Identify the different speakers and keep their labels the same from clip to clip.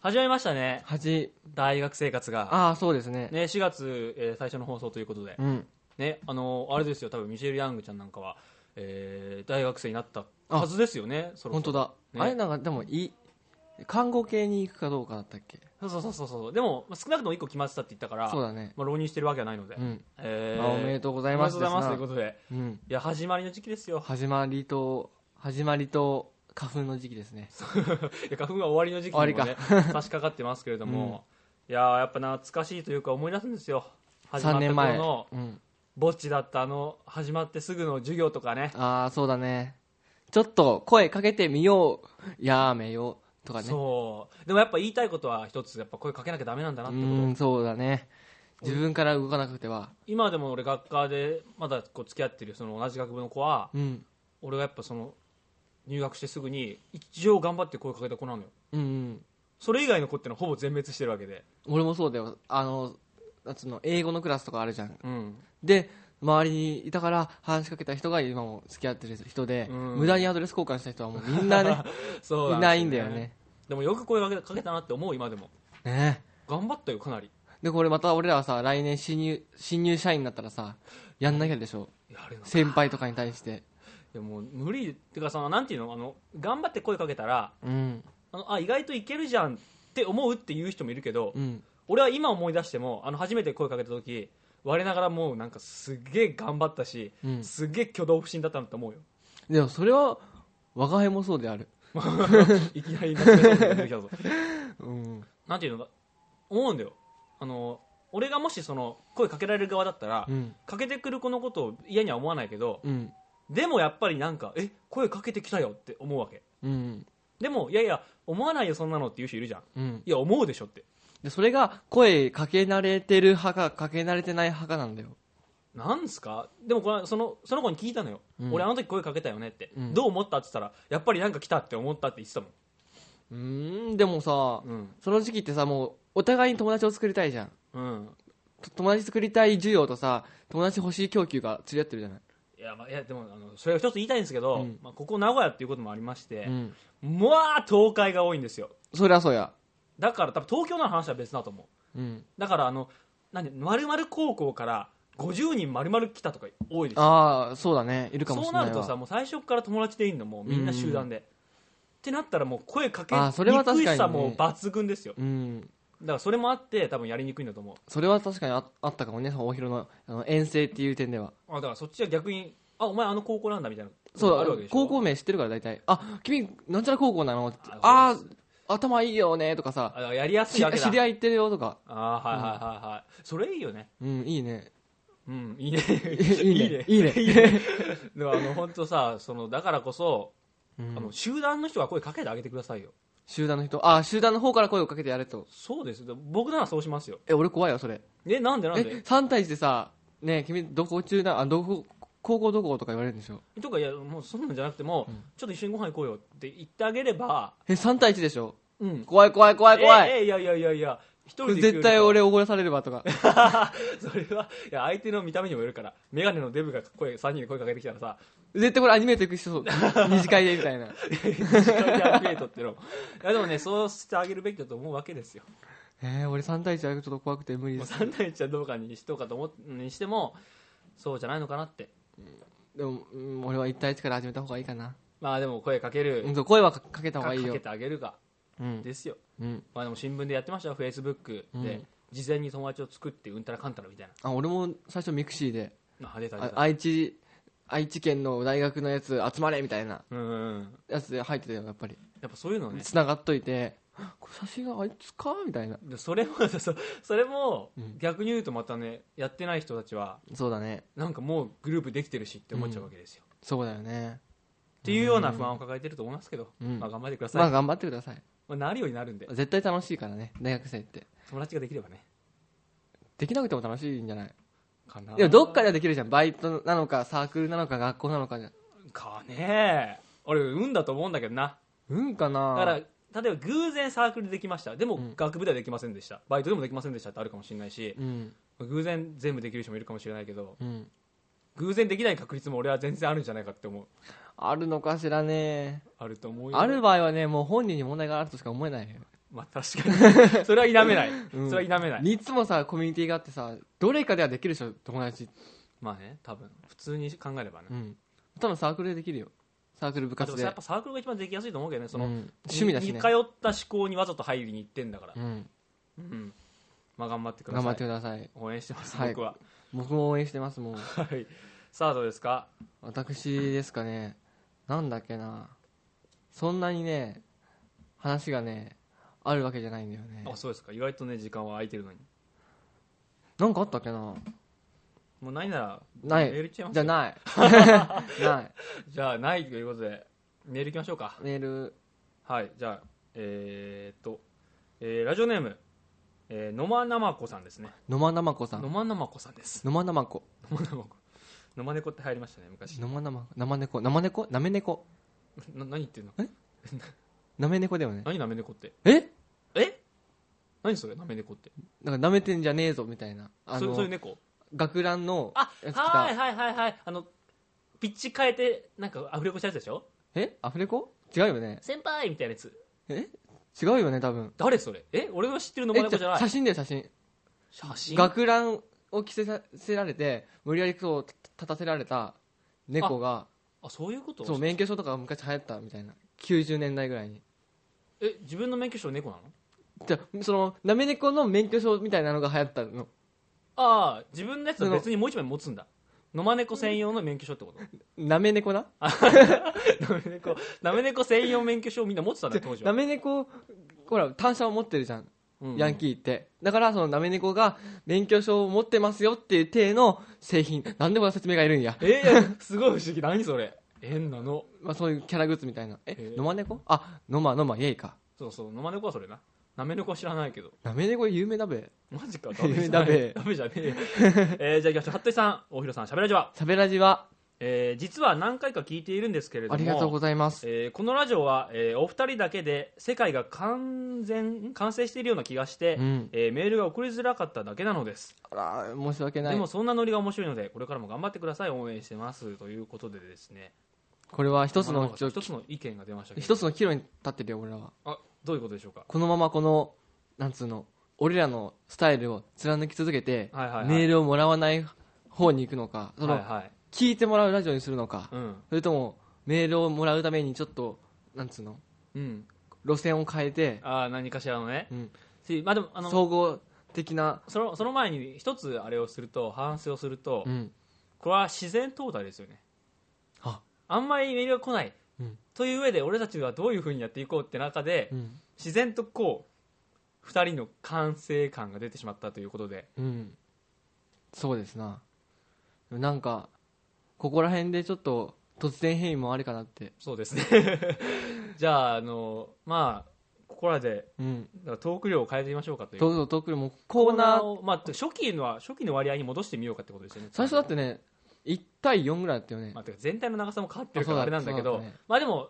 Speaker 1: 始めましたね。
Speaker 2: 8
Speaker 1: 大学生活が。
Speaker 2: ああそうですね
Speaker 1: ね、4月、えー最初の放送ということで。
Speaker 2: うん
Speaker 1: ね、あのあれですよ、多分ミシェル・ヤングちゃんなんかは、えー大学生になったはずですよね、そろ
Speaker 2: 本
Speaker 1: そ
Speaker 2: 当
Speaker 1: ろ
Speaker 2: だ、
Speaker 1: ね
Speaker 2: あれなんかでもい看護系に行くかどうかだったっけ
Speaker 1: そうそうそうそう、でも、まあ少なくとも1個決まってたって言ったから、
Speaker 2: そうだね
Speaker 1: まあ、浪人してるわけはないので、
Speaker 2: うん、
Speaker 1: えー
Speaker 2: まあおめでとうございます
Speaker 1: おめでとうございますという
Speaker 2: で
Speaker 1: ことで、
Speaker 2: うん、
Speaker 1: いや、始まりの時期ですよ、
Speaker 2: 始まりと始まりと花粉の時期ですね
Speaker 1: いや花粉は終わりの時期にも、ね、差し掛かってますけれども、いやーやっぱ懐かしいというか、思い出すんですよ、始ま
Speaker 2: 3
Speaker 1: った
Speaker 2: 年
Speaker 1: 頃
Speaker 2: 前、
Speaker 1: の、
Speaker 2: うん、
Speaker 1: ぼっちだったあの、始まってすぐの授業とかね、
Speaker 2: ああそうだねちょっと声かけてみようやめようとかね
Speaker 1: そう、でもやっぱ言いたいことは一つ、やっぱ声かけなきゃだめなんだなっ
Speaker 2: う
Speaker 1: てことを
Speaker 2: んそうだね自分から動かなくては
Speaker 1: 今でも俺学科でまだこう付き合ってるその同じ学部の子は
Speaker 2: うん
Speaker 1: 俺がやっぱその入学してすぐに一応頑張って声かけた子なのよ
Speaker 2: うんうん
Speaker 1: それ以外の子ってのはほぼ全滅してるわけで
Speaker 2: 俺もそうだよあのなんつうの英語のクラスとかあるじゃん
Speaker 1: うん
Speaker 2: で周りにいたから話しかけた人が今も付き合ってる人で、
Speaker 1: うん
Speaker 2: 無駄にアドレス交換した人はもうみんな ね
Speaker 1: そう
Speaker 2: いないんだよね
Speaker 1: でもよく声かけかけたなって思う今でも
Speaker 2: ね
Speaker 1: 頑張ったよかなり
Speaker 2: でこれまた俺らはさ来年新入新入社員になったらさやんなきゃでしょ
Speaker 1: やるな
Speaker 2: 先輩とかに対して
Speaker 1: でも無理ってかさなんていうのあの頑張って声かけたら
Speaker 2: うん
Speaker 1: あのあ意外といけるじゃんって思うっていう人もいるけど、
Speaker 2: うん
Speaker 1: 俺は今思い出してもあの初めて声かけた時我ながらもうなんかすげえ頑張ったし、
Speaker 2: うん
Speaker 1: すげえ挙動不審だったなって思うよ
Speaker 2: でもそれは我が輩もそうである
Speaker 1: いきなりなんかそういう の出てきたぞ
Speaker 2: うん
Speaker 1: なんていうのか思うんだよあの俺がもしその声かけられる側だったら、
Speaker 2: うん
Speaker 1: かけてくる子のことを嫌には思わないけど、
Speaker 2: うん
Speaker 1: でもやっぱりなんかえ声かけてきたよって思うわけ
Speaker 2: うん
Speaker 1: でもいやいや思わないよそんなのっていう人いるじゃん
Speaker 2: うん
Speaker 1: いや思うでしょって
Speaker 2: でそれが声かけ慣れてる派かかけ慣れてない派かなんだよ
Speaker 1: なんすかでもこれはそのその子に聞いたのよ、
Speaker 2: うん
Speaker 1: 俺あの時声かけたよねって、
Speaker 2: うん
Speaker 1: どう思ったって言ったらやっぱりなんか来たって思ったって言ってたも
Speaker 2: うーんでもさ、
Speaker 1: ん
Speaker 2: その時期ってさもうお互いに友達を作りたいじゃん
Speaker 1: うん、うん、
Speaker 2: と友達作りたい需要とさ友達欲しい供給が釣り合ってるじゃない、
Speaker 1: いや,、まあ、いやでもあのそれを一つ言いたいんですけど、
Speaker 2: うん
Speaker 1: まあ、ここ名古屋っていうこともありまして
Speaker 2: う、ん、
Speaker 1: まあ東海が多いんですよ
Speaker 2: そりゃそうや、
Speaker 1: だから多分東京の話は別だと思う
Speaker 2: うん、
Speaker 1: だからあの何まるまる高校から50人まるまる来たとか多いですよ
Speaker 2: ああそうだねいるかもし
Speaker 1: そう
Speaker 2: れな
Speaker 1: ないる
Speaker 2: わ
Speaker 1: とさもう最初から友達でいいのもうみんな集団で、ってなったらもう声かけ
Speaker 2: あーそれは
Speaker 1: にく
Speaker 2: 確かにね
Speaker 1: いさも抜群ですよ
Speaker 2: うん
Speaker 1: だからそれもあって多分やりにくいんだと思
Speaker 2: それは確かにああったかもねその大広のあの遠征っていう点では
Speaker 1: うあだからそっちは逆にあお前あの高校なんだみたいな
Speaker 2: そう
Speaker 1: あ
Speaker 2: だ
Speaker 1: るわけでしょ
Speaker 2: 高校名知ってるから大体あ君なんちゃら高校なの
Speaker 1: あ
Speaker 2: ああー頭いいよねとかさ
Speaker 1: あだからやりやす
Speaker 2: し
Speaker 1: いわけだ
Speaker 2: 知り合い行ってるよとか
Speaker 1: あーはいはいはいはい、それいいよね
Speaker 2: うんい いね
Speaker 1: うんいいね
Speaker 2: いいねいいね
Speaker 1: でもあの本当さそのだからこそ、
Speaker 2: うん
Speaker 1: あの集団の人が声かけてあげてくださいよ
Speaker 2: 集団の人ああ集団の方から声をかけてやれと
Speaker 1: そうですよ僕ならそうしますよ
Speaker 2: え俺怖いよそれ
Speaker 1: えなんでなん
Speaker 2: え
Speaker 1: で
Speaker 2: 3対1でさねえ君どこ中なあどこ高校どことか言われるんでしょ
Speaker 1: とかいやもうそんなんじゃなくても、ちょっと一緒にご飯行こうよって言ってあげれば
Speaker 2: え3対1でしょ
Speaker 1: うん
Speaker 2: 怖い怖い怖い怖い、
Speaker 1: ええいやいやいやいや一人で
Speaker 2: これ
Speaker 1: 行く
Speaker 2: 絶対
Speaker 1: より
Speaker 2: 俺怒らされればとか
Speaker 1: か それはいや相手の見た目にもよるから眼鏡のデブが声3人で声かけてきたら さ
Speaker 2: 絶対これアニメート行く人そう二次会でみたいな
Speaker 1: 二次会でアンケートってのをいやでもねそうしてあげるべきだと思うわけですよ
Speaker 2: えー、俺3対1はちょっと怖くて無理
Speaker 1: も
Speaker 2: で
Speaker 1: う
Speaker 2: す
Speaker 1: 3対1はどうかにしとうかと思うにしてもそうじゃないのかなって
Speaker 2: でも、うん俺は1対1から始めた方がいいかな、
Speaker 1: まあでも声かけ
Speaker 2: う
Speaker 1: る
Speaker 2: ん、そう声はかけた
Speaker 1: か
Speaker 2: 方がいい
Speaker 1: か
Speaker 2: よ
Speaker 1: けてあげるか
Speaker 2: うん、
Speaker 1: ですよ
Speaker 2: うん、
Speaker 1: まあでも新聞でやってましたよフェイスブック
Speaker 2: う
Speaker 1: で
Speaker 2: ん
Speaker 1: 事前に友達を作ってうんたらかんたらみたい
Speaker 2: あ俺も最初ミクシーで
Speaker 1: なあ出た出
Speaker 2: あ
Speaker 1: た
Speaker 2: 愛知愛知県の大学のやつ集まれみたいな
Speaker 1: うんうんうん
Speaker 2: やつで入ってたよやっぱり
Speaker 1: やっぱそういうのね
Speaker 2: 繋がっといてこれ写真があいつかみたいな
Speaker 1: でそれもそそれも逆に言うとまたねやってない人たちは
Speaker 2: そうだね
Speaker 1: なんかもうグループできてるしって思っちゃうわけですよ、
Speaker 2: そうだよね
Speaker 1: っていうような不安を抱えてると思いますけど、
Speaker 2: うん
Speaker 1: まあ、頑張ってください、
Speaker 2: まあ頑張ってください
Speaker 1: まあ、なるようになるんで
Speaker 2: 絶対楽しいからね大学生って
Speaker 1: 友達ができればね
Speaker 2: できなくても楽しいんじゃない
Speaker 1: かな
Speaker 2: でもどっかではできるじゃんバイトなのかサークルなのか学校なのかじゃん
Speaker 1: かね俺運だと思うんだけどな
Speaker 2: うんかな
Speaker 1: だから例えば偶然サークルでできましたでも
Speaker 2: うん
Speaker 1: 学部ではできませんでした、バイトでもできませんでしたってあるかもしれないし
Speaker 2: うん
Speaker 1: 偶然全部できる人もいるかもしれないけど
Speaker 2: うん
Speaker 1: 偶然できない確率も俺は全然あるんじゃないかって思う
Speaker 2: あるのかしらね
Speaker 1: あると思うよ
Speaker 2: ある場合はねもう本人に問題があるとしか思えないよ
Speaker 1: まあ確か にそれは否めない、
Speaker 2: うん
Speaker 1: それは否めない、
Speaker 2: いつもさコミュニティがあってさどれかではできるでしょ友達
Speaker 1: まあね多分普通に考えればね、
Speaker 2: うん多分サークルでできるよサークル部
Speaker 1: あで
Speaker 2: 活
Speaker 1: も
Speaker 2: で
Speaker 1: やっぱサークルが一番できやすいと思うけどねその、
Speaker 2: うん趣味だし
Speaker 1: に
Speaker 2: ね
Speaker 1: 通、った思考にわざと入りに行ってんだから、
Speaker 2: うん、
Speaker 1: うんまあ、頑張ってくださ
Speaker 2: 頑
Speaker 1: い
Speaker 2: 張ってください
Speaker 1: 応援してます、
Speaker 2: はい
Speaker 1: 僕は
Speaker 2: 僕も応援してますもう
Speaker 1: はいさあどうですか
Speaker 2: 私ですかねなんだっけなそんなにね話がねあるわけじゃないんだよね
Speaker 1: あそうですか意外とね時間は空いてるのに
Speaker 2: なんかあったっけな
Speaker 1: もうないなら
Speaker 2: ない
Speaker 1: メールいっちゃいます
Speaker 2: じゃあ ないない
Speaker 1: じゃあないということでメールいきましょうか
Speaker 2: メール
Speaker 1: はいじゃあえー、っと、えーラジオネーム、えー、野間なまこさんですね
Speaker 2: 野間生子さ
Speaker 1: 野
Speaker 2: ん
Speaker 1: 間なまこさんです
Speaker 2: 野間生子
Speaker 1: 野間なまこ野間猫って流行りましたね昔
Speaker 2: 野間生子生猫生猫なめ猫
Speaker 1: な何言ってんの
Speaker 2: なめ猫だよね
Speaker 1: 何なめ猫って
Speaker 2: え
Speaker 1: え何それなめ猫って
Speaker 2: なんかなめてんじゃねえぞみたいなあ
Speaker 1: そう
Speaker 2: の
Speaker 1: そういう猫
Speaker 2: 学ランの
Speaker 1: あ
Speaker 2: やつ来
Speaker 1: は
Speaker 2: た
Speaker 1: いはいはいはいあのピッチ変えてなんかアフレコしたやつでしょ
Speaker 2: えアフレコ違うよね
Speaker 1: 先輩みたいなやつ
Speaker 2: え違うよね多分
Speaker 1: 誰それえ俺の知ってる野間
Speaker 2: え
Speaker 1: 猫じ
Speaker 2: じ
Speaker 1: ゃ
Speaker 2: ゃ
Speaker 1: な
Speaker 2: あ
Speaker 1: い
Speaker 2: 写真だよ写真
Speaker 1: 写真
Speaker 2: 学ランを着せさせられて無理やりそう立立たせられた猫が
Speaker 1: あそういうこと
Speaker 2: そう免許証とかが昔流行ったみたいな90年代ぐらいに
Speaker 1: え自分の免許証猫なの
Speaker 2: じゃあそのなめ猫の免許証みたいなのが流行ったの
Speaker 1: ああ自分のやつは別にもう一枚持つんだ野間猫専用の免許証 ってこと
Speaker 2: なめ猫な
Speaker 1: なめ猫なめ猫専用免許証みんな持ってたんだ当時
Speaker 2: な
Speaker 1: は、
Speaker 2: め猫ほら単車を持ってるじゃん
Speaker 1: うん
Speaker 2: ヤンキーってだからそのなめ猫が免許証を持ってますよっていう体の製品なんでこんな説明がいるんや、
Speaker 1: えー、すごい不思議何それ変なの
Speaker 2: まあ、そういうキャラグッズみたいな
Speaker 1: へ
Speaker 2: え
Speaker 1: え
Speaker 2: 野間猫あ野間野間イエイか
Speaker 1: そうそう野間猫はそれななめ猫は知らないけど
Speaker 2: なめ猫有名だべ
Speaker 1: マジか
Speaker 2: ダメ
Speaker 1: ダメじゃねえよえーじゃあいきましょう服部さん大広さんしゃべらじは、
Speaker 2: しゃべラジは
Speaker 1: えー実は何回か聞いているんですけれども
Speaker 2: ありがとうございます
Speaker 1: えーこのラジオは、えーお二人だけで世界が完全完成しているような気がして、
Speaker 2: うん
Speaker 1: えーメールが送りづらかっただけなのです
Speaker 2: あら申し訳な
Speaker 1: で
Speaker 2: い
Speaker 1: もそんなノリが面白いのでこれからも頑張ってください応援してますということでですね
Speaker 2: これは一つの
Speaker 1: 一つの意見が出ましたけど
Speaker 2: 一つの岐路に立ってるよ俺らは
Speaker 1: あどういうことでしょうか
Speaker 2: このままこのなんつうの俺らのスタイルを貫き続けて、
Speaker 1: はいはいはい
Speaker 2: メールをもらわない方に行くのかその、
Speaker 1: はいはい
Speaker 2: 聞いてもらうラジオにするのか、
Speaker 1: うん
Speaker 2: それともメールをもらうためにちょっとなんつうの
Speaker 1: うん
Speaker 2: 路線を変えて、
Speaker 1: あー何かしらのね
Speaker 2: うん、
Speaker 1: しまあでもあの
Speaker 2: 総合的な、
Speaker 1: そのその前に一つあれをすると反省をすると、
Speaker 2: うん、
Speaker 1: これは自然淘汰ですよね
Speaker 2: あ
Speaker 1: あんまりメールが来ない、
Speaker 2: うん
Speaker 1: という上で俺たちはどういうふうにやっていこうって中で、
Speaker 2: うん
Speaker 1: 自然とこう2人の完成感が出てしまったということで
Speaker 2: うん、そうですなでもなんかここら辺でちょっと突然変異もありかなって、
Speaker 1: そうですね じゃああのまあここらで
Speaker 2: うん、
Speaker 1: トーク量を変えてみましょうかという
Speaker 2: どうぞどうくるもうコーナー
Speaker 1: を、まあ、初期のは初期の割合に戻してみようかってことですよね
Speaker 2: 最初だってね1対4ぐらいだったよね
Speaker 1: まあ、てか全体の長さも変わってるから
Speaker 2: あ
Speaker 1: あれ
Speaker 2: そうだ
Speaker 1: なんだけ
Speaker 2: そ
Speaker 1: ど
Speaker 2: うだね
Speaker 1: まあでも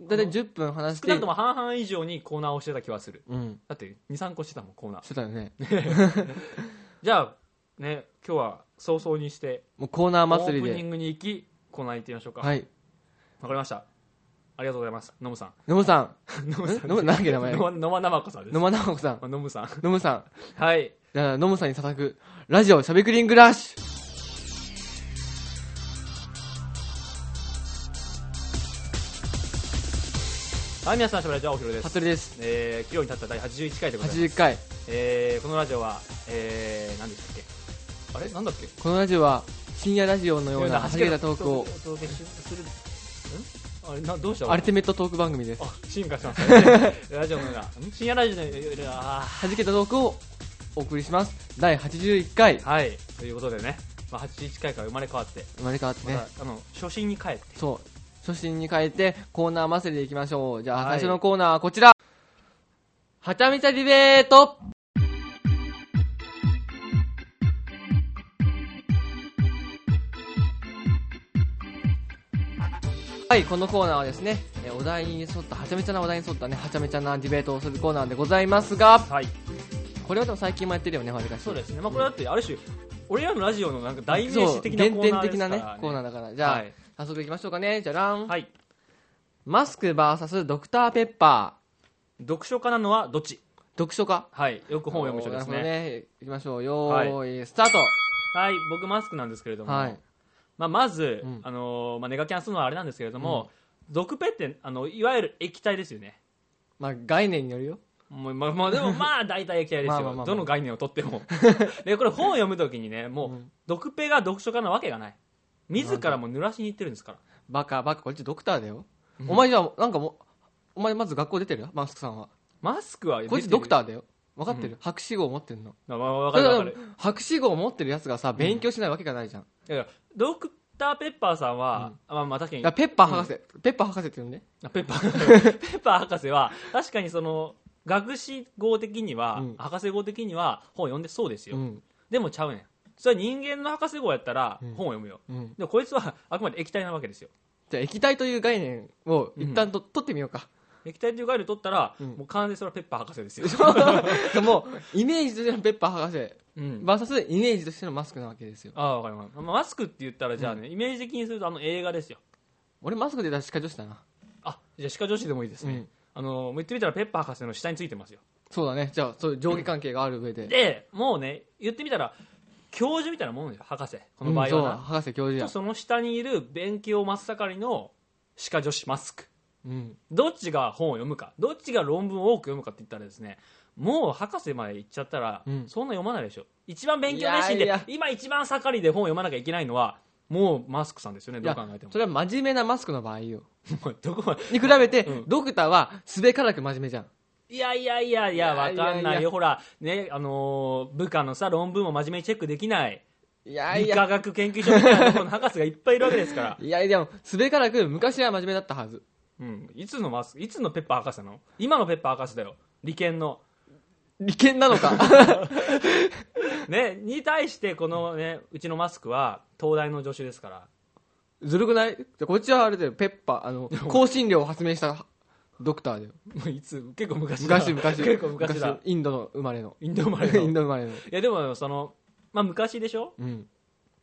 Speaker 2: 大体10分話し
Speaker 1: 少
Speaker 2: て
Speaker 1: なくとも半々以上にコーナーをしてた気はする
Speaker 2: うん
Speaker 1: だって23個してたもんコーナー
Speaker 2: してたよね
Speaker 1: じゃあね今日は早々にして
Speaker 2: もうコーナー
Speaker 1: オー
Speaker 2: 祭
Speaker 1: プ
Speaker 2: り
Speaker 1: ニ
Speaker 2: で
Speaker 1: ングに行きコーナー行ってみましょうかわ、
Speaker 2: はい
Speaker 1: かりましたありがとうございますノムさん
Speaker 2: ノムさ
Speaker 1: ノム
Speaker 2: んノムなんだっけ名前
Speaker 1: 野間野間生子さんです
Speaker 2: 野間直子さん
Speaker 1: あノムさん
Speaker 2: ノムさん
Speaker 1: はい
Speaker 2: じゃあノムさんに叩くラジオしゃべくりングラッシュ
Speaker 1: はい皆さんしゃべらじゃおひろで
Speaker 2: ハ
Speaker 1: す
Speaker 2: トルです
Speaker 1: えー、岐路に立った第81回でございます、
Speaker 2: 80回
Speaker 1: えー、このラジオは、えー、何でしたっけあれなんだっけ
Speaker 2: このラジオは深夜ラジオのような
Speaker 1: は
Speaker 2: は
Speaker 1: じ
Speaker 2: じ
Speaker 1: け
Speaker 2: け
Speaker 1: た
Speaker 2: たトークを
Speaker 1: お届けしするんあれなどうした
Speaker 2: アルティメットトーク番組です
Speaker 1: あ進化しました ねラジオのようなん深夜ラジオのようなあ
Speaker 2: はじけたトークをお送りします第81回
Speaker 1: ーはいということでね、まあ、81回から生まれ変わって、
Speaker 2: 生まれ変わって
Speaker 1: ま
Speaker 2: ね
Speaker 1: たあの初心に帰って
Speaker 2: そう初心に変えてコーナー祭りでいきましょうじゃあ
Speaker 1: はい
Speaker 2: 最初のコーナーはこちらはたみたディベートはいこのコーナーはですねえーお題に沿ったはちゃめちゃなお題に沿ったねはちゃめちゃなディベートをするコーナーでございますが
Speaker 1: はい
Speaker 2: これはでも最近もやってるよねわりかし
Speaker 1: そうですね、まあ、これだってある種俺らのラジオのなんか代名詞的な
Speaker 2: そう
Speaker 1: コー
Speaker 2: 原
Speaker 1: ナー
Speaker 2: 点
Speaker 1: です
Speaker 2: 的
Speaker 1: か
Speaker 2: な
Speaker 1: ら、ね、
Speaker 2: ねコーナーだからじゃあ、
Speaker 1: はい
Speaker 2: 早速いきましょうかねじゃらん、
Speaker 1: はい
Speaker 2: マスク VS ドクターペッパー
Speaker 1: 読書家なのはどっち
Speaker 2: 読書家
Speaker 1: はい、よく本を読む人です
Speaker 2: なるほ
Speaker 1: ね。
Speaker 2: どねいきましょうよーい、スタート
Speaker 1: はい、僕マスクなんですけれども、
Speaker 2: はい
Speaker 1: まあ、まず、
Speaker 2: うん
Speaker 1: あのーまあ、ネガキャンするのはあれなんですけれども、毒ペってあのいわゆる液体ですよね。
Speaker 2: まあ概念によるよ
Speaker 1: もうまあまあ、でも まあ大体液体ですよ
Speaker 2: まあまあまあまあ
Speaker 1: どの概念をとって もでこれ本を読むときにねもう、
Speaker 2: うん
Speaker 1: 毒ペが読書家なわけがない自らもう濡らしに行ってるんですから
Speaker 2: バカバカこっちドクターだよ、お前じゃあなんかもうお前まず学校出てるよマスクさんは
Speaker 1: マスクは
Speaker 2: こいつドクタ
Speaker 1: ー
Speaker 2: ーだよ分かってる、博士号持ってるの
Speaker 1: まあまあわかるわかる
Speaker 2: 博士号持ってるやつがさ勉強しないわけがないじゃん、
Speaker 1: だからドクターペッパーさんは、あまあまあ確か
Speaker 2: い
Speaker 1: に
Speaker 2: やペッパー博士、ペッパー博士って言うんで、
Speaker 1: あペッ パーペッパー博士は確かにその学士号的には、
Speaker 2: うん
Speaker 1: 博士号的には本を読んでそうですよ、
Speaker 2: うん
Speaker 1: でもちゃうねんそれは人間の博士号やったら
Speaker 2: うん
Speaker 1: 本を読むよ、
Speaker 2: うん、
Speaker 1: でもこいつはあくまで液体なわけですよ
Speaker 2: じゃあ液体という概念を一旦と、取ってみようか
Speaker 1: 液体という概念を取ったら、
Speaker 2: うん
Speaker 1: もう完全に それはペッパー博士ですよ、
Speaker 2: でもイメージとしてのペッパー博士
Speaker 1: うん、
Speaker 2: VS イメージとしてのマスクなわけですよ
Speaker 1: ああ分かりますマスクって言ったらじゃあね、イメージ的にするとあの映画ですよ
Speaker 2: 俺マスクで出したら鹿女子だな、
Speaker 1: あじゃあ歯科女子でもいいです
Speaker 2: う
Speaker 1: ね、
Speaker 2: ん、
Speaker 1: あのもう言ってみたらペッパー博士の下についてますよ
Speaker 2: そうだねじゃあそういう上下関係がある上で、
Speaker 1: でもうね言ってみたら教授みたいなもんですよ博士こ
Speaker 2: う
Speaker 1: の
Speaker 2: ん
Speaker 1: 場合
Speaker 2: そう
Speaker 1: はな、
Speaker 2: 博士教授
Speaker 1: と
Speaker 2: や
Speaker 1: その下にいる勉強真っ盛りの歯科女子マスク
Speaker 2: うん
Speaker 1: どっちが本を読むかどっちが論文を多く読むかって言ったらですねもう博士まで行っちゃったら、
Speaker 2: うん
Speaker 1: そんな読まないでしょ一番勉強熱心で
Speaker 2: いやいや
Speaker 1: 今一番盛りで本を読まなきゃいけないのはもうマスクさんですよね
Speaker 2: い
Speaker 1: どう
Speaker 2: や
Speaker 1: 考えても
Speaker 2: それは真面目なマスクの場合よ
Speaker 1: もうどこまで
Speaker 2: に比べて、
Speaker 1: うん
Speaker 2: ドクターはすべからく真面目じゃん
Speaker 1: いやいやいやいや
Speaker 2: いや
Speaker 1: わ
Speaker 2: いや
Speaker 1: かんないよ
Speaker 2: いや
Speaker 1: ほらねあのー部下のさ論文も真面目にチェックできない
Speaker 2: いや
Speaker 1: 理
Speaker 2: い
Speaker 1: 化
Speaker 2: や
Speaker 1: 学研究所みたいなところの博士がいっぱいいるわけです から
Speaker 2: いやでもすべからく昔は真面目だったはず
Speaker 1: うん、いつのマスいつのペッパー博士なの今のペッパー博士だよ利権の
Speaker 2: 利権なのか
Speaker 1: ねに対してこのねうちのマスクは東大の助手ですから
Speaker 2: ずるくないじゃあこっちはあれだよペッパーあの香辛料を発明したドクターだよ
Speaker 1: もういつ結構昔だ
Speaker 2: 昔 昔
Speaker 1: 結構昔だ
Speaker 2: インドの生まれの
Speaker 1: インド生まれ
Speaker 2: イ
Speaker 1: の
Speaker 2: ン
Speaker 1: い
Speaker 2: ド生まれの
Speaker 1: やでもそのまあ昔でしょ、
Speaker 2: うん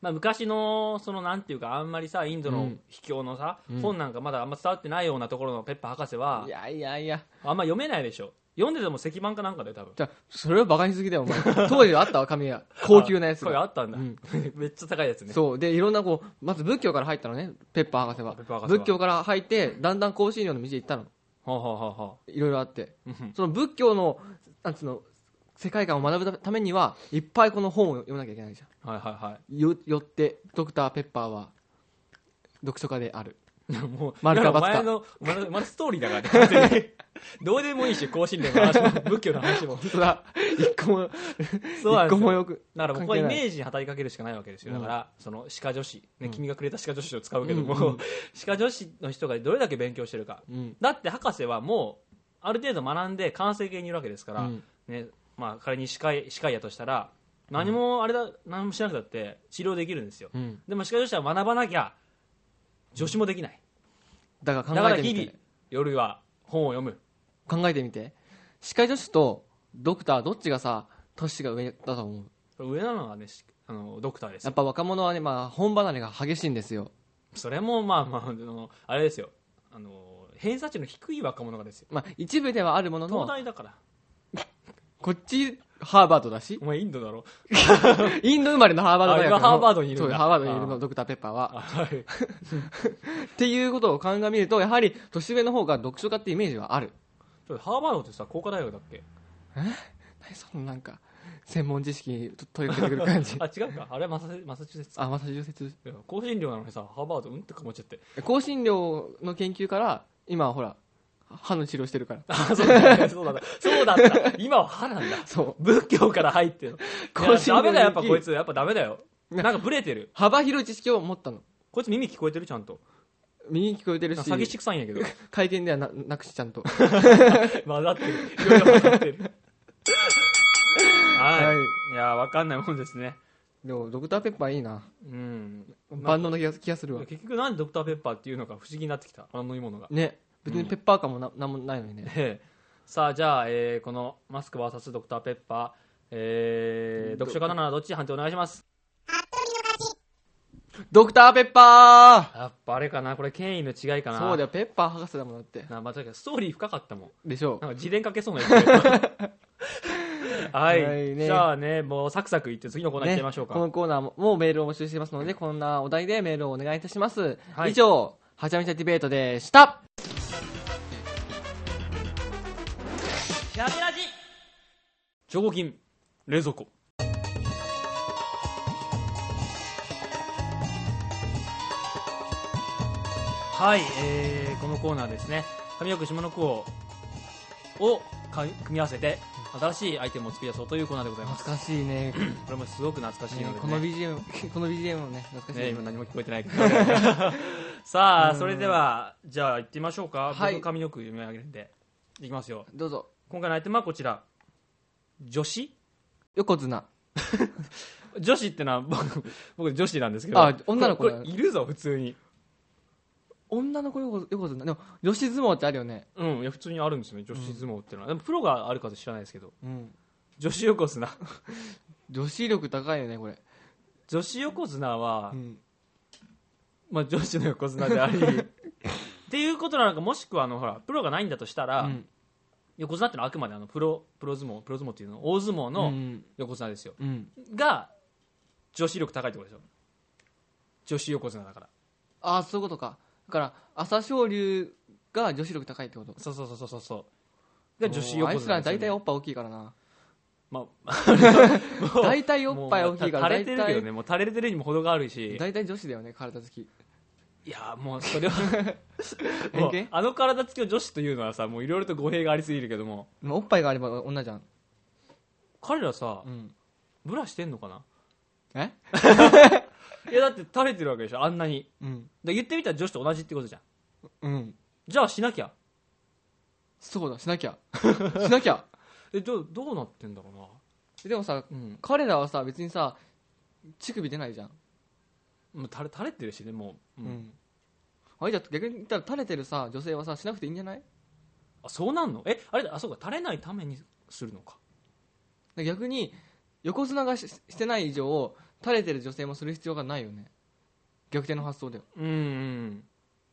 Speaker 1: まあ、昔のそのなんていうかあんまりさインド
Speaker 2: う
Speaker 1: の
Speaker 2: ん
Speaker 1: 秘境のさ、
Speaker 2: うん
Speaker 1: 本なんかまだあんま伝わってないようなところのペッパー博士はい
Speaker 2: やいやいや
Speaker 1: あんま読めないでしょ読んでても石板かなんかだよ多分
Speaker 2: じゃあそれはバカにしすぎだよお前当時はあったわ紙が高級なやつ
Speaker 1: あこれ
Speaker 2: が
Speaker 1: あったんだ、
Speaker 2: うん
Speaker 1: めっちゃ高いやつね
Speaker 2: そうでいろんなこうまず仏教から入ったのねペッパー博士は
Speaker 1: ペッパー博士は
Speaker 2: 仏教から入ってだんだん香辛料の道へ行ったの
Speaker 1: ほうほうほうほ
Speaker 2: いろいろあって
Speaker 1: ううん
Speaker 2: その仏教のなんつうの世界観を学ぶためにはいっぱいこの本を読まなきゃいけないじゃん
Speaker 1: はいはいはい
Speaker 2: よよってドクターペッパーは読書家である
Speaker 1: いやもう、
Speaker 2: 丸か
Speaker 1: お
Speaker 2: バツか
Speaker 1: 前の、お前の、お前のストーリーだからね完全に、どうでもいいし、更新での話も、仏教の話も。
Speaker 2: 本当 だ一個も
Speaker 1: そうなんで
Speaker 2: 一個
Speaker 1: す
Speaker 2: も
Speaker 1: よ。
Speaker 2: よく
Speaker 1: だから僕はイ
Speaker 2: 関係ない
Speaker 1: メージに働きかけるしかないわけですよ。だから、その、歯科女子、ね、君がくれた歯科女子を使うけども、歯科女子の人がどれだけ勉強してるか。
Speaker 2: うん
Speaker 1: だって博士はもう、ある程度学んで完成形にいるわけですから、
Speaker 2: うん
Speaker 1: ね、まあ仮に歯科医、歯科医やとしたら、何もあれだ、何もしなくたって治療できるんですよ。
Speaker 2: うん
Speaker 1: でも歯科女子は学ばなきゃ、助手もできない。
Speaker 2: だか
Speaker 1: だ
Speaker 2: ら
Speaker 1: か
Speaker 2: 考
Speaker 1: ら
Speaker 2: えて
Speaker 1: 日
Speaker 2: み
Speaker 1: 々
Speaker 2: て、
Speaker 1: 夜は本を読む。
Speaker 2: 考えてみて歯科医女子とドクターどっちがさ年が上だと思う
Speaker 1: 上なのはねしあのドクターです
Speaker 2: や
Speaker 1: よ
Speaker 2: っぱ若者はね、まあ、本離れが激しいんですよ、
Speaker 1: それもまあまああのあれですよあの偏差値の低い若者がですよ
Speaker 2: まあ、一部ではあるもの
Speaker 1: 東
Speaker 2: の
Speaker 1: 大だから
Speaker 2: こっちハーバードだし
Speaker 1: お前インドだろ
Speaker 2: インド生まれのハーバード大学の
Speaker 1: あ今ハーバードにいるんだ
Speaker 2: そうハーバードにいる
Speaker 1: あ
Speaker 2: の
Speaker 1: ー
Speaker 2: ドクターペッパーは
Speaker 1: はい
Speaker 2: っていうことを鑑みるとやはり年上の方が読書家ってイメージはある
Speaker 1: ハーバードってさ工科大学だっけ
Speaker 2: 何そのなんか専門知識と取り込んでく る感じ
Speaker 1: あ違うかあれマサマサチューセッツ
Speaker 2: あまさに説
Speaker 1: いや香辛料なのにさハーバードうんってかもっちゃって
Speaker 2: 香辛料の研究から今はほら歯の治療してるから
Speaker 1: あそうだったそうだったそうだった今は歯なんだ
Speaker 2: そう
Speaker 1: 仏教から入ってるいや
Speaker 2: 香辛
Speaker 1: ダ
Speaker 2: 料
Speaker 1: メだよやっぱ
Speaker 2: に
Speaker 1: こいつやっぱダメだよなんかブレてる
Speaker 2: 幅広い知識を持ったの
Speaker 1: こいつ耳聞こえてるちゃんと
Speaker 2: 右に聞こえてる
Speaker 1: なんか詐欺
Speaker 2: し
Speaker 1: 師くさいんやけど
Speaker 2: 会見ではななくしちゃんと
Speaker 1: 混ざってるいろいろ混ざってるはい
Speaker 2: はい
Speaker 1: やーわかんないもんですね
Speaker 2: でもドクターペッパーいいな
Speaker 1: うん
Speaker 2: 万能な気が気がするわ
Speaker 1: 結局なんでドクターペッパーっていうのか不思議になってきたあの飲み 物が、
Speaker 2: ね別にペッパー感もななんもないのにね
Speaker 1: ええさあじゃあ、えーこのマスク VS ドクターペッパーえー、読書家ならどっち判定お願いします
Speaker 2: ドクターペッパー
Speaker 1: やっぱあれかなこれ権威の違いかな
Speaker 2: そうだよペッパー博士だもんだって
Speaker 1: なまあ、確かにストーリー深かったもん
Speaker 2: でしょ
Speaker 1: なんか自伝書けそうなやつはい、
Speaker 2: はいね
Speaker 1: じゃあねもうサクサクいって次のコーナー行っちゃいましょうか、
Speaker 2: このコーナーももうメールを募集してますので、こんなお題でメールをお願いいたします。
Speaker 1: はい
Speaker 2: 以上、はちゃめちゃディベートでした。
Speaker 1: 上銀冷蔵庫はい、えーこのコーナーですね上の句下の句ををか組み合わせて新しいアイテムを作り出そうというコーナーでございますこ
Speaker 2: 懐かしいね。
Speaker 1: れもすごく懐かしいので、ね
Speaker 2: この BGM、この BGM もね、懐かしい
Speaker 1: ね
Speaker 2: ね。
Speaker 1: 今何も聞こえてないけど さあそれではじゃあ行ってみましょうか、
Speaker 2: はい
Speaker 1: 僕上の句読み上げるんでいきますよ
Speaker 2: どうぞ。
Speaker 1: 今回のアイテムはこちら女子
Speaker 2: 横綱。
Speaker 1: 女子ってのは僕僕女子なんですけど
Speaker 2: あ女の子
Speaker 1: これこれいるぞ普通に
Speaker 2: 女の子横横綱。でも、女子相撲ってあるよね。
Speaker 1: うんいや普通にあるんですよね女子相撲っていうのは、でもプロがあるか知らないですけど
Speaker 2: うん。
Speaker 1: 女子横綱
Speaker 2: 女子力高いよね、これ。
Speaker 1: 女子横綱は
Speaker 2: う、ん。
Speaker 1: まあ、女子の横綱であ りっていうことなのかもしくはあのほらプロがないんだとしたら、
Speaker 2: うん
Speaker 1: 横綱ってのはあくまであのプロプロ相撲プロ相撲っていうの大相撲
Speaker 2: う
Speaker 1: の
Speaker 2: ん。
Speaker 1: 横綱ですよ、
Speaker 2: うん。
Speaker 1: が女子力高いってことでしょ女子横綱だから
Speaker 2: ああ、そういうことか。だから、朝青龍が女子力高いってこと。
Speaker 1: そうそうそうそうそうそうが女子横綱
Speaker 2: あいつら
Speaker 1: ですよ
Speaker 2: 大
Speaker 1: ね
Speaker 2: 体おっぱい大きいから な。
Speaker 1: まあ
Speaker 2: 大体おっぱい大きいから、
Speaker 1: もう垂
Speaker 2: 大
Speaker 1: れてるけど
Speaker 2: 体、
Speaker 1: ねもう垂れてるにも程があるし
Speaker 2: 大体女子だよね、体つき。
Speaker 1: いやもうそれ は
Speaker 2: 偏
Speaker 1: も
Speaker 2: 見
Speaker 1: うあの体つきを女子というのはさもういろいろと語弊がありすぎるけども
Speaker 2: おっぱいがあれば女じゃん。
Speaker 1: 彼らさ
Speaker 2: うん。
Speaker 1: ブラしてんのかな
Speaker 2: え
Speaker 1: いやだって垂れてるわけでしょあんなに
Speaker 2: うん。
Speaker 1: で言ってみたら女子と同じってことじゃん
Speaker 2: うん。
Speaker 1: じゃあしなきゃ
Speaker 2: そうだ、しなきゃ。 しなきゃ。
Speaker 1: えどうどうなってんだろう
Speaker 2: でもさ、
Speaker 1: なうん
Speaker 2: 彼らはさ、別にさ、乳首出ないじゃん。
Speaker 1: もう垂れ垂れてるしねもう、
Speaker 2: う
Speaker 1: うん
Speaker 2: ん。あれじゃ、逆に言ったら垂れてるさ、女性はさ、しなくていいんじゃない
Speaker 1: あそうなんのえあれだあそうか垂れないためにするのか
Speaker 2: で逆に、横綱がししてない以上、垂れてる女性もする必要がないよね。逆転の発想だよ。
Speaker 1: うん、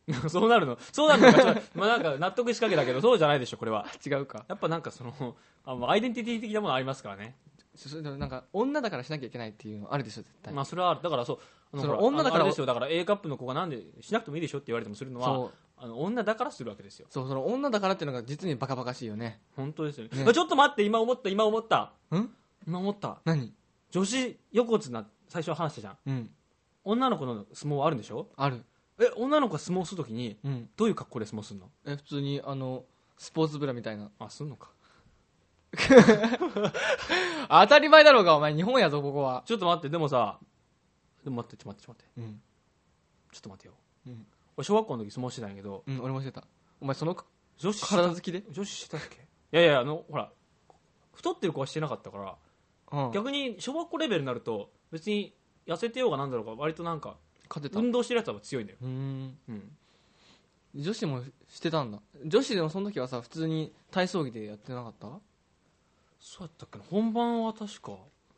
Speaker 1: うん、 そうなるのそうなるのかちょっとまあなんか納得しかけだけどそうじゃないでしょこれは
Speaker 2: 違うか。
Speaker 1: やっぱなんかそのあもうアイデンティティ的なものありますからね、
Speaker 2: そそれでもなんか、女だからしなきゃいけないっていうのあるでしょ、絶対。
Speaker 1: まあそれはあるだからそうあの
Speaker 2: その
Speaker 1: ほら
Speaker 2: 女だから
Speaker 1: あのあれですよだから A カップの子がなんでしなくてもいいでしょって言われてもするのは
Speaker 2: そう。
Speaker 1: あの女だからするわけですよ
Speaker 2: そう、その女だからっていうのが実にバカバカしいよね。
Speaker 1: 本当ですよね
Speaker 2: ね
Speaker 1: あちょっと待って今思った今思った
Speaker 2: ん
Speaker 1: 今思った
Speaker 2: 何
Speaker 1: 女子横綱最初話したじゃん
Speaker 2: うん。
Speaker 1: 女の子の相撲あるんでしょ
Speaker 2: ある。
Speaker 1: え女の子が相撲するときに
Speaker 2: うん。
Speaker 1: どういう格好で相撲するの
Speaker 2: え普通にあのスポーツブラみたいな
Speaker 1: あすんのか
Speaker 2: 当たり前だろうがお前日本やぞここは
Speaker 1: ちょっと待ってでもさでも待ってちょっと待って
Speaker 2: うん、
Speaker 1: ちょっと待ってちょっと待って
Speaker 2: う
Speaker 1: よ
Speaker 2: ん、
Speaker 1: 俺小学校の時相撲してたんやけど
Speaker 2: うん、俺もしてたお前その
Speaker 1: 女子
Speaker 2: 体つきで、
Speaker 1: 女子したっけいやいやあのほら太ってる子はしてなかったから、
Speaker 2: うん、勝
Speaker 1: 逆に小学校レベルになると別に痩せてようがなんだろうが割となんか
Speaker 2: てたう
Speaker 1: 運動してるやつは強いんだよ、
Speaker 2: ーん
Speaker 1: うん、
Speaker 2: 女子もしてたんだ女子でもその時はさ普通に体操着でやってなかった
Speaker 1: そうやったっけな本番は確か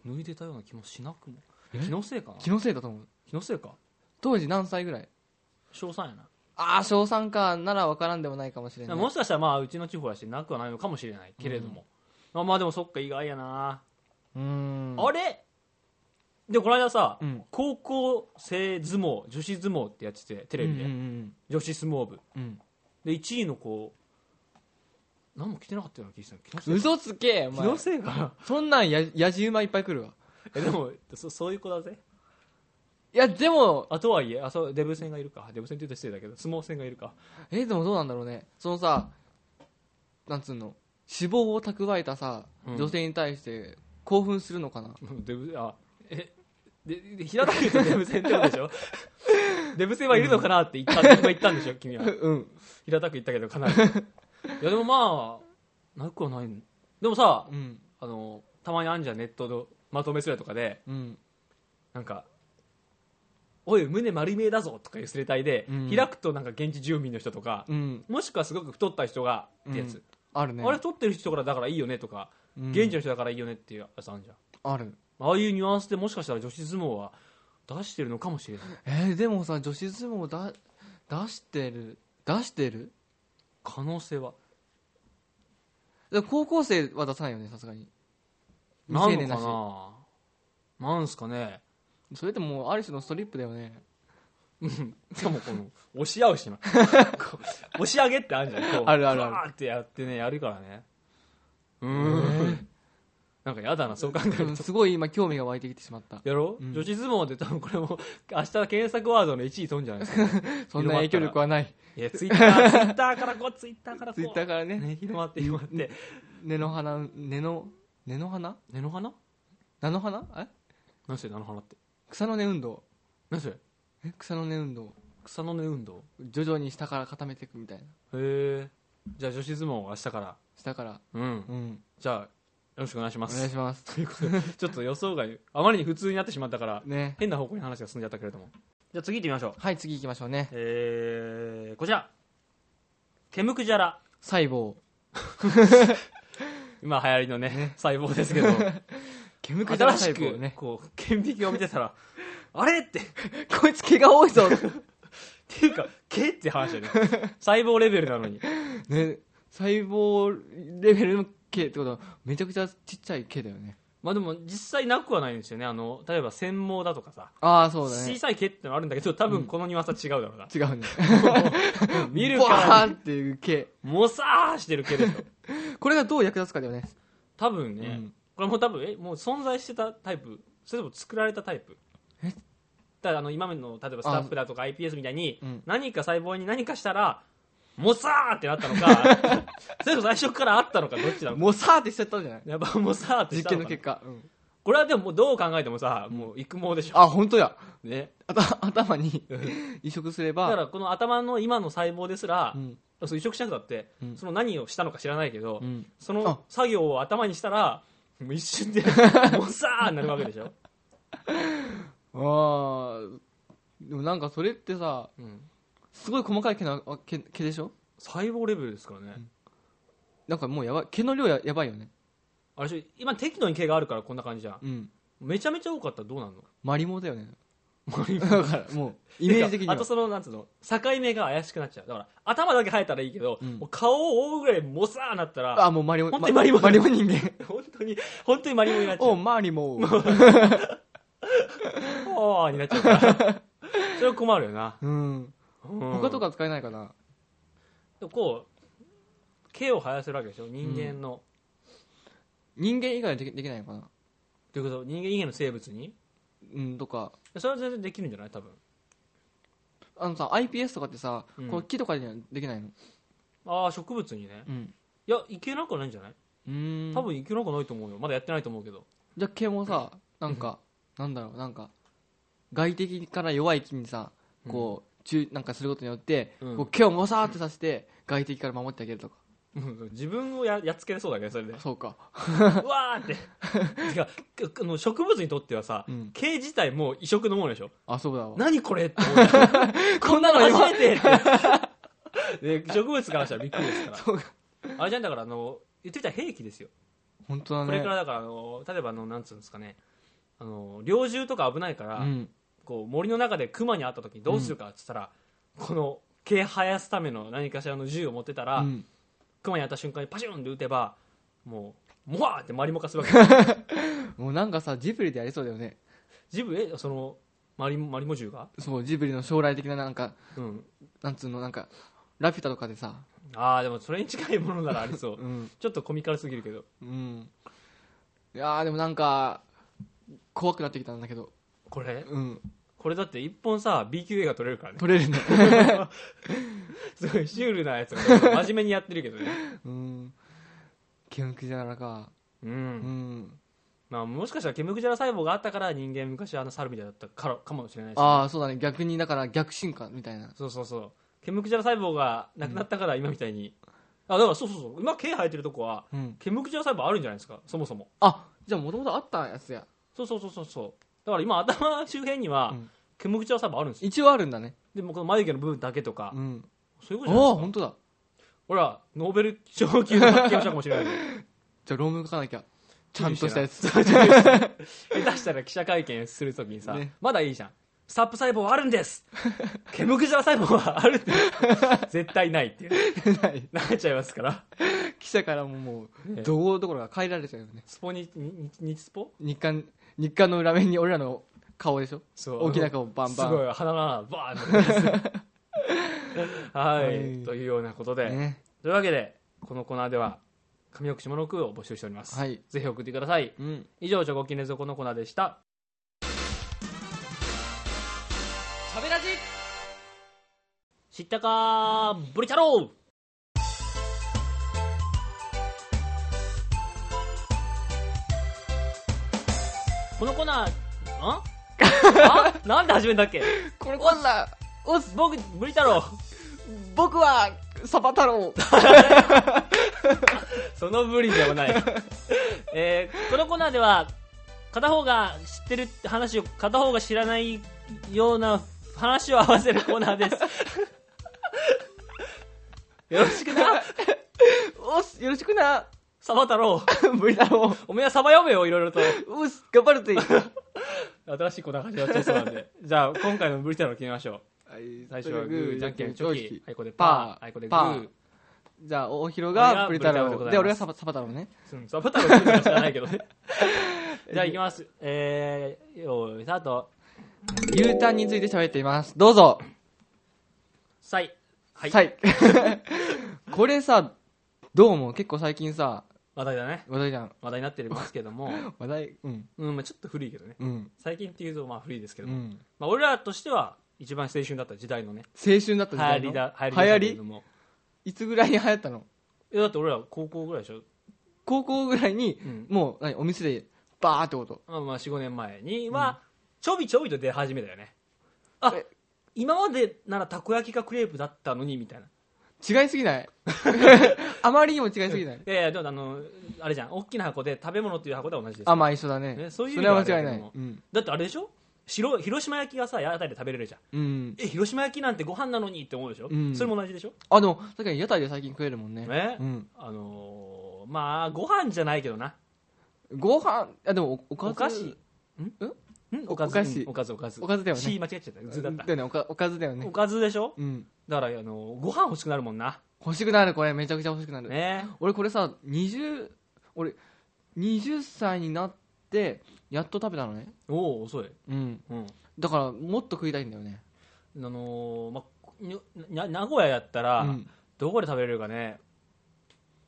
Speaker 1: 脱いでたような気もしなくも
Speaker 2: え
Speaker 1: 気のせいかな
Speaker 2: 気のせいだと思う
Speaker 1: 気のせいか
Speaker 2: 当時何歳ぐらい
Speaker 1: 小3やな、
Speaker 2: ああ小3かなら分からんでもないかもしれない
Speaker 1: もしかしたらまあうちの地方やしなくはないのかもしれないけれども、まあまあでもそっか意外やな、
Speaker 2: うーん
Speaker 1: あれでこの間さ、
Speaker 2: うん
Speaker 1: 高校生相撲女子相撲ってやっててテ
Speaker 2: テ
Speaker 1: レビで、
Speaker 2: うんうん
Speaker 1: 女子相撲部
Speaker 2: うん、
Speaker 1: で1位の子何も着てなかったような気がしたの気の
Speaker 2: う
Speaker 1: せ
Speaker 2: ん、
Speaker 1: い
Speaker 2: 嘘つけお
Speaker 1: 気の
Speaker 2: 前
Speaker 1: せいかな
Speaker 2: そんなんややじ馬いっぱい来るわ
Speaker 1: えでもそそういう子だぜ
Speaker 2: いやでも
Speaker 1: あとはいえあそうデブ戦がいるかデブ戦って言うと失礼だけど相撲戦がいるか
Speaker 2: えーでもどうなんだろうねそのさなんつうの脂肪を蓄えたさ
Speaker 1: うん
Speaker 2: 女性に対して興奮するのかな、
Speaker 1: うんデブあえでで平田君とデブ戦ってことでしょ デブ戦はいるのかなって言った今言ったんでしょ君は
Speaker 2: うん
Speaker 1: 平たく言ったけどかなりいやでもまあなくはないでもさ
Speaker 2: うん
Speaker 1: あのたまにあんじゃんネットのまとめするやとかで
Speaker 2: うん
Speaker 1: なんか「おい胸丸見えだぞ」とかいうすれたいで、
Speaker 2: うん
Speaker 1: 開くとなんか現地住民の人とか、
Speaker 2: うん
Speaker 1: もしくはすごく太った人がってやつ、
Speaker 2: あるね
Speaker 1: あれ太ってる人からだからいいよねとか、
Speaker 2: うん
Speaker 1: 現地の人だからいいよねっていうやつあるじゃん
Speaker 2: ある
Speaker 1: ああいうニュアンスでもしかしたら女子相撲は出してるのかもしれない
Speaker 2: えーでもさ女子相撲だ出してる出してる
Speaker 1: 可能性は
Speaker 2: で高校生は出さないよねさすがに未成年だ
Speaker 1: な
Speaker 2: し
Speaker 1: のかななんすかね
Speaker 2: それってもうある種のストリップだよね
Speaker 1: しかもこの 押し合うしなこう押し上げってあるじゃんこう
Speaker 2: あるあるある
Speaker 1: バーってやってねやるからねうーんなんかやだなそう考える
Speaker 2: うんすごい今興味が湧いてきてしまった
Speaker 1: やろ、う
Speaker 2: うん
Speaker 1: 女子相撲で多分これも 明日検索ワードの1位取るんじゃないですか、ね、
Speaker 2: そんな影響力はない
Speaker 1: いやツイッターツイッターからこうツイッターからこう
Speaker 2: ツイッターからね
Speaker 1: ね広まって広まって
Speaker 2: 根の花根の根の花
Speaker 1: 根の花
Speaker 2: 菜の花え
Speaker 1: 何それ菜の花って
Speaker 2: 草の根運動
Speaker 1: 何それ
Speaker 2: え草の根運動
Speaker 1: 草の根運動
Speaker 2: 徐々に下から固めていくみたいな
Speaker 1: へえじゃあ女子相撲明日から
Speaker 2: 下から
Speaker 1: うん
Speaker 2: うん
Speaker 1: じゃあよろしくお願いし
Speaker 2: お
Speaker 1: ます
Speaker 2: 願いします
Speaker 1: ということでちょっと予想外あまりに普通になってしまったから
Speaker 2: ね
Speaker 1: 変な方向に話が進んじゃったけれどもじゃあ次行ってみましょう
Speaker 2: はい次行きましょうね
Speaker 1: えー、こちらケムクジャラ
Speaker 2: 細胞
Speaker 1: 今流行りのね細胞ですけど
Speaker 2: 煙くじゃら
Speaker 1: 新
Speaker 2: 細
Speaker 1: し
Speaker 2: 胞
Speaker 1: く、
Speaker 2: ね
Speaker 1: こう顕微鏡を見てたら あれってっ
Speaker 2: こいつ毛が多いぞ
Speaker 1: ていうか毛って話だよね細胞レベルなのに
Speaker 2: ね細胞レベルの毛ってことはめちゃくちゃちっちゃい毛だよね
Speaker 1: まあでも実際なくはないんですよねあの例えば繊毛だとかさ、
Speaker 2: ああそうだ
Speaker 1: 小
Speaker 2: ね
Speaker 1: さい毛ってのはあるんだけど多分このニュアンスは違うだろうな、
Speaker 2: 違うね
Speaker 1: 見る
Speaker 2: バ
Speaker 1: から
Speaker 2: ーンっていう毛
Speaker 1: もさーしてる毛でしょ
Speaker 2: これがどう役立つかだよね
Speaker 1: 多分ね、
Speaker 2: うん
Speaker 1: これもう多分えもう存在してたタイプそれとも作られたタイプ
Speaker 2: え
Speaker 1: だからあの今までの例えばスタッフだとか iPS みたいに、
Speaker 2: うん
Speaker 1: 何か細胞に何かしたらもさーってなったの かそれとも最初からあったのかどっちなのか
Speaker 2: もうさーってしちゃったんじゃない
Speaker 1: やっぱもさーってし
Speaker 2: 実
Speaker 1: た
Speaker 2: 験
Speaker 1: の
Speaker 2: の
Speaker 1: かな
Speaker 2: 結果、うん
Speaker 1: これはでももうどう考えてもさもう育毛でしょ、
Speaker 2: あ本当や
Speaker 1: ね、
Speaker 2: あた頭に移植すれ
Speaker 1: だか
Speaker 2: ば
Speaker 1: らこの頭の今の細胞ですら、
Speaker 2: うん
Speaker 1: そう移植したくだって、
Speaker 2: うん
Speaker 1: その何をしたのか知らないけど、
Speaker 2: うん
Speaker 1: そ
Speaker 2: あ
Speaker 1: の作業を頭にしたらもう一瞬 でもさーになるわけでしょ、
Speaker 2: あーでもなんかそれってさ
Speaker 1: うん
Speaker 2: すごい細かい毛な毛毛でしょ
Speaker 1: 細胞レベルですからね、
Speaker 2: なんかもうやばい毛の量ややばいよね
Speaker 1: あれでしょ今適度に毛があるからこんな感じじゃん
Speaker 2: うん
Speaker 1: めちゃめちゃ多かったらどうなんの
Speaker 2: マリモだよねだからもうイメージ的に
Speaker 1: てかあ
Speaker 2: は
Speaker 1: とそのなんつうの境目が怪しくなっちゃうだから頭だけ生えたらいいけど、
Speaker 2: うん
Speaker 1: もう顔を覆うぐらいモサーなったら
Speaker 2: あもうマリモ
Speaker 1: 本当にマリモ
Speaker 2: マリ モ人間
Speaker 1: 本当に本当にマリモになっちゃ
Speaker 2: お
Speaker 1: う
Speaker 2: うマリモ
Speaker 1: おーになっちゃう からそれは困るよな、
Speaker 2: うん
Speaker 1: うん
Speaker 2: 他とか使えないかな
Speaker 1: でもこう毛を生やせるわけでしょ人間の、
Speaker 2: 人間以外はできできないのかな
Speaker 1: ということ人間以外の生物に
Speaker 2: うんとか
Speaker 1: それは全然できるんじゃない多分
Speaker 2: あのさ iPS とかってさ、
Speaker 1: うん
Speaker 2: この木とかにはできないの
Speaker 1: ああ植物にね
Speaker 2: うん
Speaker 1: いやいけなくはないんじゃない
Speaker 2: うん
Speaker 1: 多分いけなくはないと思うよまだやってないと思うけど
Speaker 2: じゃあ毛もさなんかなんだろうなんか外敵から弱い木にさこう、中なんかすることによって、
Speaker 1: うん
Speaker 2: こう毛をもさーってさせて外敵から守ってあげるとか
Speaker 1: うん自分をややっつけれそうだけどそ れで
Speaker 2: そうか
Speaker 1: うわーっててかあの植物にとってはさ、
Speaker 2: うん
Speaker 1: 毛自体もう異色のものでしょ
Speaker 2: あそうだわ
Speaker 1: 何これって 思うじゃんこんなの初めてってで植物からしたらびっくりですから
Speaker 2: そうか
Speaker 1: あれじゃんだからあの言ってみたら兵器ですよ、
Speaker 2: 本当だね
Speaker 1: これからだからあの例えばあのなんつうんですかねあの猟銃とか危ないから、
Speaker 2: うん
Speaker 1: こう森の中で熊に会った時にどうするかって言ったら、この毛生やすための何かしらの銃を持ってたら、
Speaker 2: うん
Speaker 1: 熊に当たった瞬間にパシュンって撃てばもうもわーってマリモ化するわけです
Speaker 2: もうなんかさジブリでやりそうだよね
Speaker 1: ジブリえそのマリモマリモ銃が、
Speaker 2: そうジブリの将来的ななんか
Speaker 1: うん、
Speaker 2: なんつうのなんかラピュタとかでさ
Speaker 1: ああでもそれに近いものならありそう
Speaker 2: うん
Speaker 1: ちょっとコミカルすぎるけど
Speaker 2: うんいやーでもなんか怖くなってきたんだけど
Speaker 1: これ
Speaker 2: うん
Speaker 1: これだって一本さ B 級映画撮れる からね
Speaker 2: 取れる ね
Speaker 1: すごいシュールなやつが真面目にやってるけどね
Speaker 2: うん毛むくじゃらか
Speaker 1: うん、
Speaker 2: うん
Speaker 1: まあ、もしかしたらケムクジャラ細胞があったから人間昔あの猿みたいだったからかもしれないしね、
Speaker 2: ああそうだね逆にだから逆進化みたいな
Speaker 1: そうそうそうケムクジャラ細胞がなくなったから今みたいに、あだからそうそうそう今毛生えてるとこは
Speaker 2: うん
Speaker 1: ケムクジャラ細胞あるんじゃないですかそもそも
Speaker 2: あじゃあもともとあったやつや
Speaker 1: そうそうそうそうそうだから今頭周辺には、
Speaker 2: うん
Speaker 1: ケムクジャラ細胞あるんですよ
Speaker 2: 一応あるんだね
Speaker 1: でもこの眉毛の部分だけとか、
Speaker 2: うん
Speaker 1: そういう
Speaker 2: あ
Speaker 1: こと
Speaker 2: あ
Speaker 1: じゃないですか
Speaker 2: 本当だ
Speaker 1: ほらノーベル賞級の発見者かもし れないけど
Speaker 2: じゃあ論文書かなきゃちゃんとしたやつ
Speaker 1: 下手したら記者会見するときにさ、
Speaker 2: ね
Speaker 1: まだいいじゃんスタップ細胞はあるんです ケムクジャラ細胞はあるんです絶対ないっていうなっちゃいますから
Speaker 2: 記者からもも
Speaker 1: ええ
Speaker 2: う、怒号どころか変えられちゃうよね。
Speaker 1: スポにににスポ
Speaker 2: 日刊、日刊の裏面に俺らの顔でしょ
Speaker 1: そう
Speaker 2: 大きな顔バン
Speaker 1: す
Speaker 2: バン。
Speaker 1: ごい鼻がバーン ってはい、
Speaker 2: はい
Speaker 1: というようなことで、
Speaker 2: ね。
Speaker 1: というわけでこのコーナーでは上奥下の句を募集しております、
Speaker 2: はい。
Speaker 1: ぜひ送ってください
Speaker 2: うん。
Speaker 1: 以上チョコキンレズコのコーナーでした
Speaker 2: 喋らじ
Speaker 1: 知ったかーブリ太郎このコーナーん あなんで始めたっけ
Speaker 2: これこんな、おす、
Speaker 1: 僕ブリ太郎
Speaker 2: 僕は、サバ太郎。
Speaker 1: そのブリでは ない、えーこのコーナーでは片方が知ってるって話を片方が知らないような話を合わせるコーナーです よろしくな
Speaker 2: おす、よろしく な。
Speaker 1: サバ太郎
Speaker 2: 無理だろ
Speaker 1: おめえはサバ読めよいろいろと
Speaker 2: う。おす、頑張るぜ。
Speaker 1: 新しいコーナー始まっちゃいそうなんでじゃあ今回のブリ太郎決めましょう最
Speaker 2: 最
Speaker 1: 初はグーじゃんけんチョキあいこでパー
Speaker 2: パー
Speaker 1: あいこでグ
Speaker 2: パ
Speaker 1: ー
Speaker 2: ーじゃあ、大広
Speaker 1: 俺が
Speaker 2: がブリ太
Speaker 1: ブリ太郎でございます
Speaker 2: 郎。で、俺がサバサバ太郎ね。
Speaker 1: うんサバ太郎って言うのか知らないけど じゃあいきますえー、よーいスタート
Speaker 2: 牛タンについて喋っています。どうぞ。
Speaker 1: さいはい
Speaker 2: はい。 これさ、どう思う結構最近さ、
Speaker 1: 話題だね
Speaker 2: 話題じゃん。
Speaker 1: 話題になってますけど も、
Speaker 2: 話題、うん、
Speaker 1: うんまあ、ちょっと古いけどね
Speaker 2: うん、
Speaker 1: 最近っていうとまあ古いですけ
Speaker 2: う
Speaker 1: ど、
Speaker 2: ん。
Speaker 1: まあ、俺らとしては一番青春だった時代のね
Speaker 2: 青春だった
Speaker 1: 流
Speaker 2: 時
Speaker 1: 行
Speaker 2: 代の
Speaker 1: りだ流行りだ
Speaker 2: 流行
Speaker 1: けれ
Speaker 2: り
Speaker 1: ども
Speaker 2: いつぐらいに流行ったの
Speaker 1: いやだって俺ら高校ぐらいでしょ、
Speaker 2: 高校ぐらいに、
Speaker 1: うん
Speaker 2: もう、何、お店で、バーってこと。
Speaker 1: まあ、まあ45年前にはちょびちょびと出始めたよねあ
Speaker 2: え
Speaker 1: 今までならたこ焼きかクレープだったのにみたいな
Speaker 2: 違いすぎない あまりにも違いすぎない
Speaker 1: いやいやでもあのあれじゃん大きな箱で食べ物っていう箱では同じです
Speaker 2: あ、まあ一緒だね。
Speaker 1: ねそういう意味
Speaker 2: それ
Speaker 1: では
Speaker 2: は間違いな
Speaker 1: あれだけ。ど
Speaker 2: いう
Speaker 1: も
Speaker 2: ん。
Speaker 1: だってあれでしょ白広島焼きがさ屋台で食べれるじゃん
Speaker 2: うん。
Speaker 1: え広島焼きなんてご飯なのにって思うでしょ、
Speaker 2: うん
Speaker 1: それも同じでしょ
Speaker 2: あ、でも、確かに屋台で最近食えるもんね。
Speaker 1: ね
Speaker 2: うん。
Speaker 1: あのーまあご飯じゃないけどな
Speaker 2: ご飯、あ、でもお、おかず。
Speaker 1: お菓子ん
Speaker 2: お
Speaker 1: おかず
Speaker 2: お菓子
Speaker 1: うんおかずおかず
Speaker 2: おかずだよね
Speaker 1: C 間違っちゃった図だった
Speaker 2: だよね、おかおかずだよね
Speaker 1: お。かずでしょ
Speaker 2: うん。
Speaker 1: だからあのーご飯欲しくなるもんな
Speaker 2: 欲しくなる、これ。めちゃくちゃ欲しくなる。
Speaker 1: ね
Speaker 2: 俺これさ20俺20歳になってやっと食べたのね
Speaker 1: おお遅い
Speaker 2: うん
Speaker 1: うん
Speaker 2: だからもっと食いたいんだよね
Speaker 1: あのーまにな名古屋やったら、
Speaker 2: うん
Speaker 1: どこで食べれるかね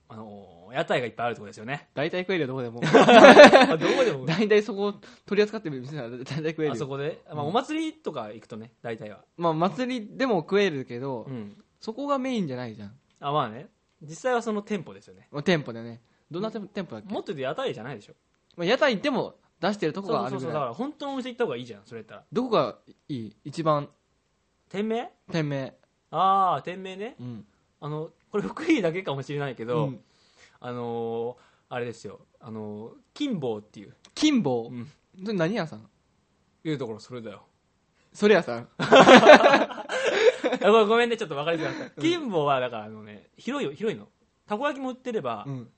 Speaker 1: あのー屋台がいっぱいあるとこですよ ね
Speaker 2: 大体食えるよどこでも
Speaker 1: まあどこでも
Speaker 2: 大体そこ取り扱ってる店なら大体食え
Speaker 1: あ
Speaker 2: る
Speaker 1: そ
Speaker 2: よ
Speaker 1: こで、まあ、お祭りとか行くとね大体は
Speaker 2: まあ祭りでも食えるけど、
Speaker 1: うん
Speaker 2: そこがメインじゃないじゃん
Speaker 1: あまあね実際はその店舗ですよね
Speaker 2: まあ店舗だよねどんな店店舗だっけ、
Speaker 1: もっと言うと屋台じゃないでしょ
Speaker 2: まあ、屋台行っても出してるとこがあ
Speaker 1: そ
Speaker 2: る
Speaker 1: う
Speaker 2: ぐ
Speaker 1: そうそう
Speaker 2: らい
Speaker 1: だから本当のお店行った方がいいじゃんそれやったら
Speaker 2: どこがいい一番
Speaker 1: 店名
Speaker 2: 店名
Speaker 1: ああ店名ね
Speaker 2: うん
Speaker 1: あのこれ福井だけかもしれないけど、
Speaker 2: うん
Speaker 1: あのーあれですよあのー金棒っていう
Speaker 2: 金棒、
Speaker 1: うん
Speaker 2: それ何屋さん
Speaker 1: いうところそれだよ
Speaker 2: それ屋さん
Speaker 1: あごめんごめんねちょっと分かりづらかった金棒はだからあのね広いよ広いのたこ焼きも売ってれば、
Speaker 2: うん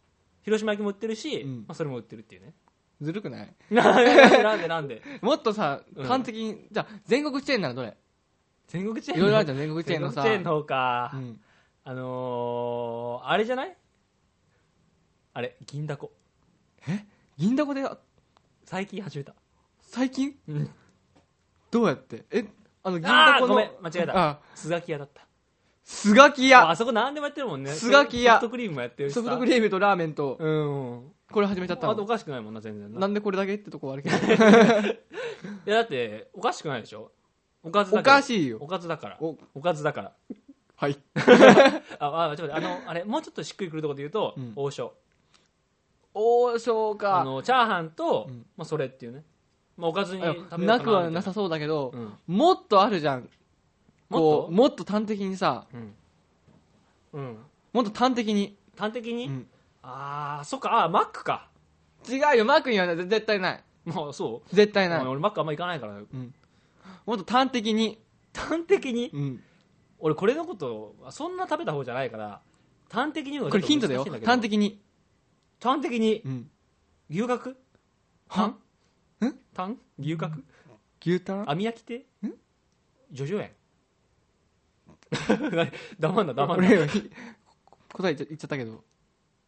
Speaker 1: 広島焼きも売ってるし、
Speaker 2: うん
Speaker 1: まあ、それも売ってるっていう ね
Speaker 2: ずるくない
Speaker 1: なんでなんでなんで
Speaker 2: もっとさ
Speaker 1: うん、
Speaker 2: 完璧に、じゃあ、全国チェーンならどれ
Speaker 1: 全国チェー
Speaker 2: い
Speaker 1: ン
Speaker 2: ろいろある
Speaker 1: じ
Speaker 2: じゃん、全国チェー
Speaker 1: 全
Speaker 2: ンの
Speaker 1: 国チ
Speaker 2: さ。
Speaker 1: ェーンの方か、
Speaker 2: うん。
Speaker 1: あのー、あれじゃないあれ銀だこ
Speaker 2: 銀だこで、あ
Speaker 1: 最近始めた
Speaker 2: 最近
Speaker 1: うん
Speaker 2: どうやってえ、あの、銀
Speaker 1: あ
Speaker 2: だ
Speaker 1: あ
Speaker 2: こ
Speaker 1: ー
Speaker 2: の。
Speaker 1: ごめん間違えた
Speaker 2: あ、
Speaker 1: スガキ屋だった
Speaker 2: すがき
Speaker 1: あ
Speaker 2: 屋
Speaker 1: あそこ何でもやってるもんね
Speaker 2: スガキ屋
Speaker 1: ソフトクリームもやってるしさ
Speaker 2: ソフトクリームとラーメンと、
Speaker 1: うん
Speaker 2: これ始めちゃった
Speaker 1: あとお
Speaker 2: の。
Speaker 1: かしくないもんな全然な
Speaker 2: なんでこれだけってとこはあ るけど。
Speaker 1: いやだっておかしくないでしょおかずだ
Speaker 2: お
Speaker 1: から
Speaker 2: かしいよ。
Speaker 1: おかずだから
Speaker 2: お、
Speaker 1: おかずだから
Speaker 2: はい。
Speaker 1: ああちょっと待っ てあのあれもうちょっとしっくりくるとこで言うと、
Speaker 2: うん
Speaker 1: 王将
Speaker 2: 王将
Speaker 1: あ
Speaker 2: か。
Speaker 1: のチャーハンと、
Speaker 2: うん
Speaker 1: まあ、それっていうね、まあ、おかずに
Speaker 2: あ
Speaker 1: 食べようか
Speaker 2: の
Speaker 1: な
Speaker 2: なくはなさそうだけど
Speaker 1: う、ん
Speaker 2: もっとあるじゃん。
Speaker 1: も
Speaker 2: こ
Speaker 1: っ
Speaker 2: う、もっと端的にさ、
Speaker 1: とうん、うん、
Speaker 2: もっと端的に。
Speaker 1: 端的に、
Speaker 2: うん
Speaker 1: ああそっかあーマックか
Speaker 2: 違うよ、マークにはない絶対ない。
Speaker 1: もうそう
Speaker 2: 絶対ない。
Speaker 1: 俺マックあんま行かないから
Speaker 2: もっと端的に。
Speaker 1: 端的に
Speaker 2: うん。
Speaker 1: 俺これのことそんな食べた方じゃないから端的に言うの
Speaker 2: こ
Speaker 1: が
Speaker 2: れ
Speaker 1: ち
Speaker 2: ヒ
Speaker 1: ょ
Speaker 2: ン
Speaker 1: っと
Speaker 2: トだよ
Speaker 1: 難しいんけど
Speaker 2: 端的に、
Speaker 1: 端的に
Speaker 2: うん、
Speaker 1: 牛角
Speaker 2: は
Speaker 1: ん単牛角
Speaker 2: 牛タン
Speaker 1: 網焼き亭叙々苑 何黙んな黙んな
Speaker 2: 俺答え言っちゃ言っちゃったけど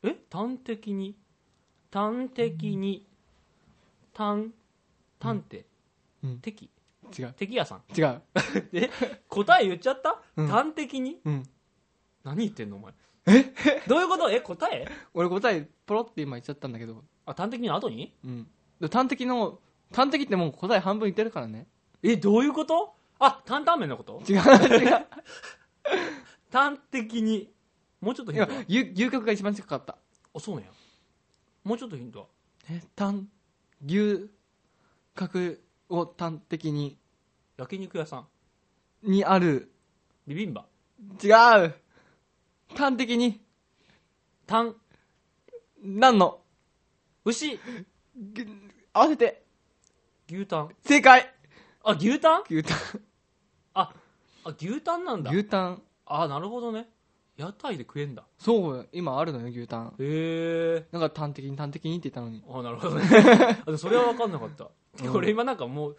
Speaker 1: え端的に端的に端端手、
Speaker 2: うん
Speaker 1: 敵
Speaker 2: 違う
Speaker 1: 敵屋さん
Speaker 2: 違う
Speaker 1: 答え言っちゃった、
Speaker 2: うん
Speaker 1: 端的に
Speaker 2: うん
Speaker 1: 何言ってんのお前え どういうことえ答え
Speaker 2: 俺答えポロって今言っちゃったんだけど
Speaker 1: あ端的にの後に
Speaker 2: うんで端的の端的ってもう答え半分言ってるからね
Speaker 1: えどういうことあ担々麺のこと
Speaker 2: 違う 違う
Speaker 1: 端的にもうちょっとヒン
Speaker 2: 今
Speaker 1: トは
Speaker 2: ゆ牛角が一番近かった
Speaker 1: あそうなんやもうちょっとヒントは
Speaker 2: え端牛角を端的に
Speaker 1: 焼肉屋さん
Speaker 2: にある
Speaker 1: ビビンバ
Speaker 2: 違う端的に
Speaker 1: 単
Speaker 2: 何の
Speaker 1: 牛
Speaker 2: ぎ合わせて
Speaker 1: 牛タン
Speaker 2: 正解
Speaker 1: あ牛タン
Speaker 2: 牛タ
Speaker 1: ああ牛タンなん
Speaker 2: ン
Speaker 1: だ
Speaker 2: 牛タン
Speaker 1: あなるほどね屋台で食えんだ
Speaker 2: そうよ今あるのよ牛タン
Speaker 1: へえ
Speaker 2: なんか端的に端的にって言ったのに
Speaker 1: あなるほど ねあでもそれは分かんなかった、俺今なんかもう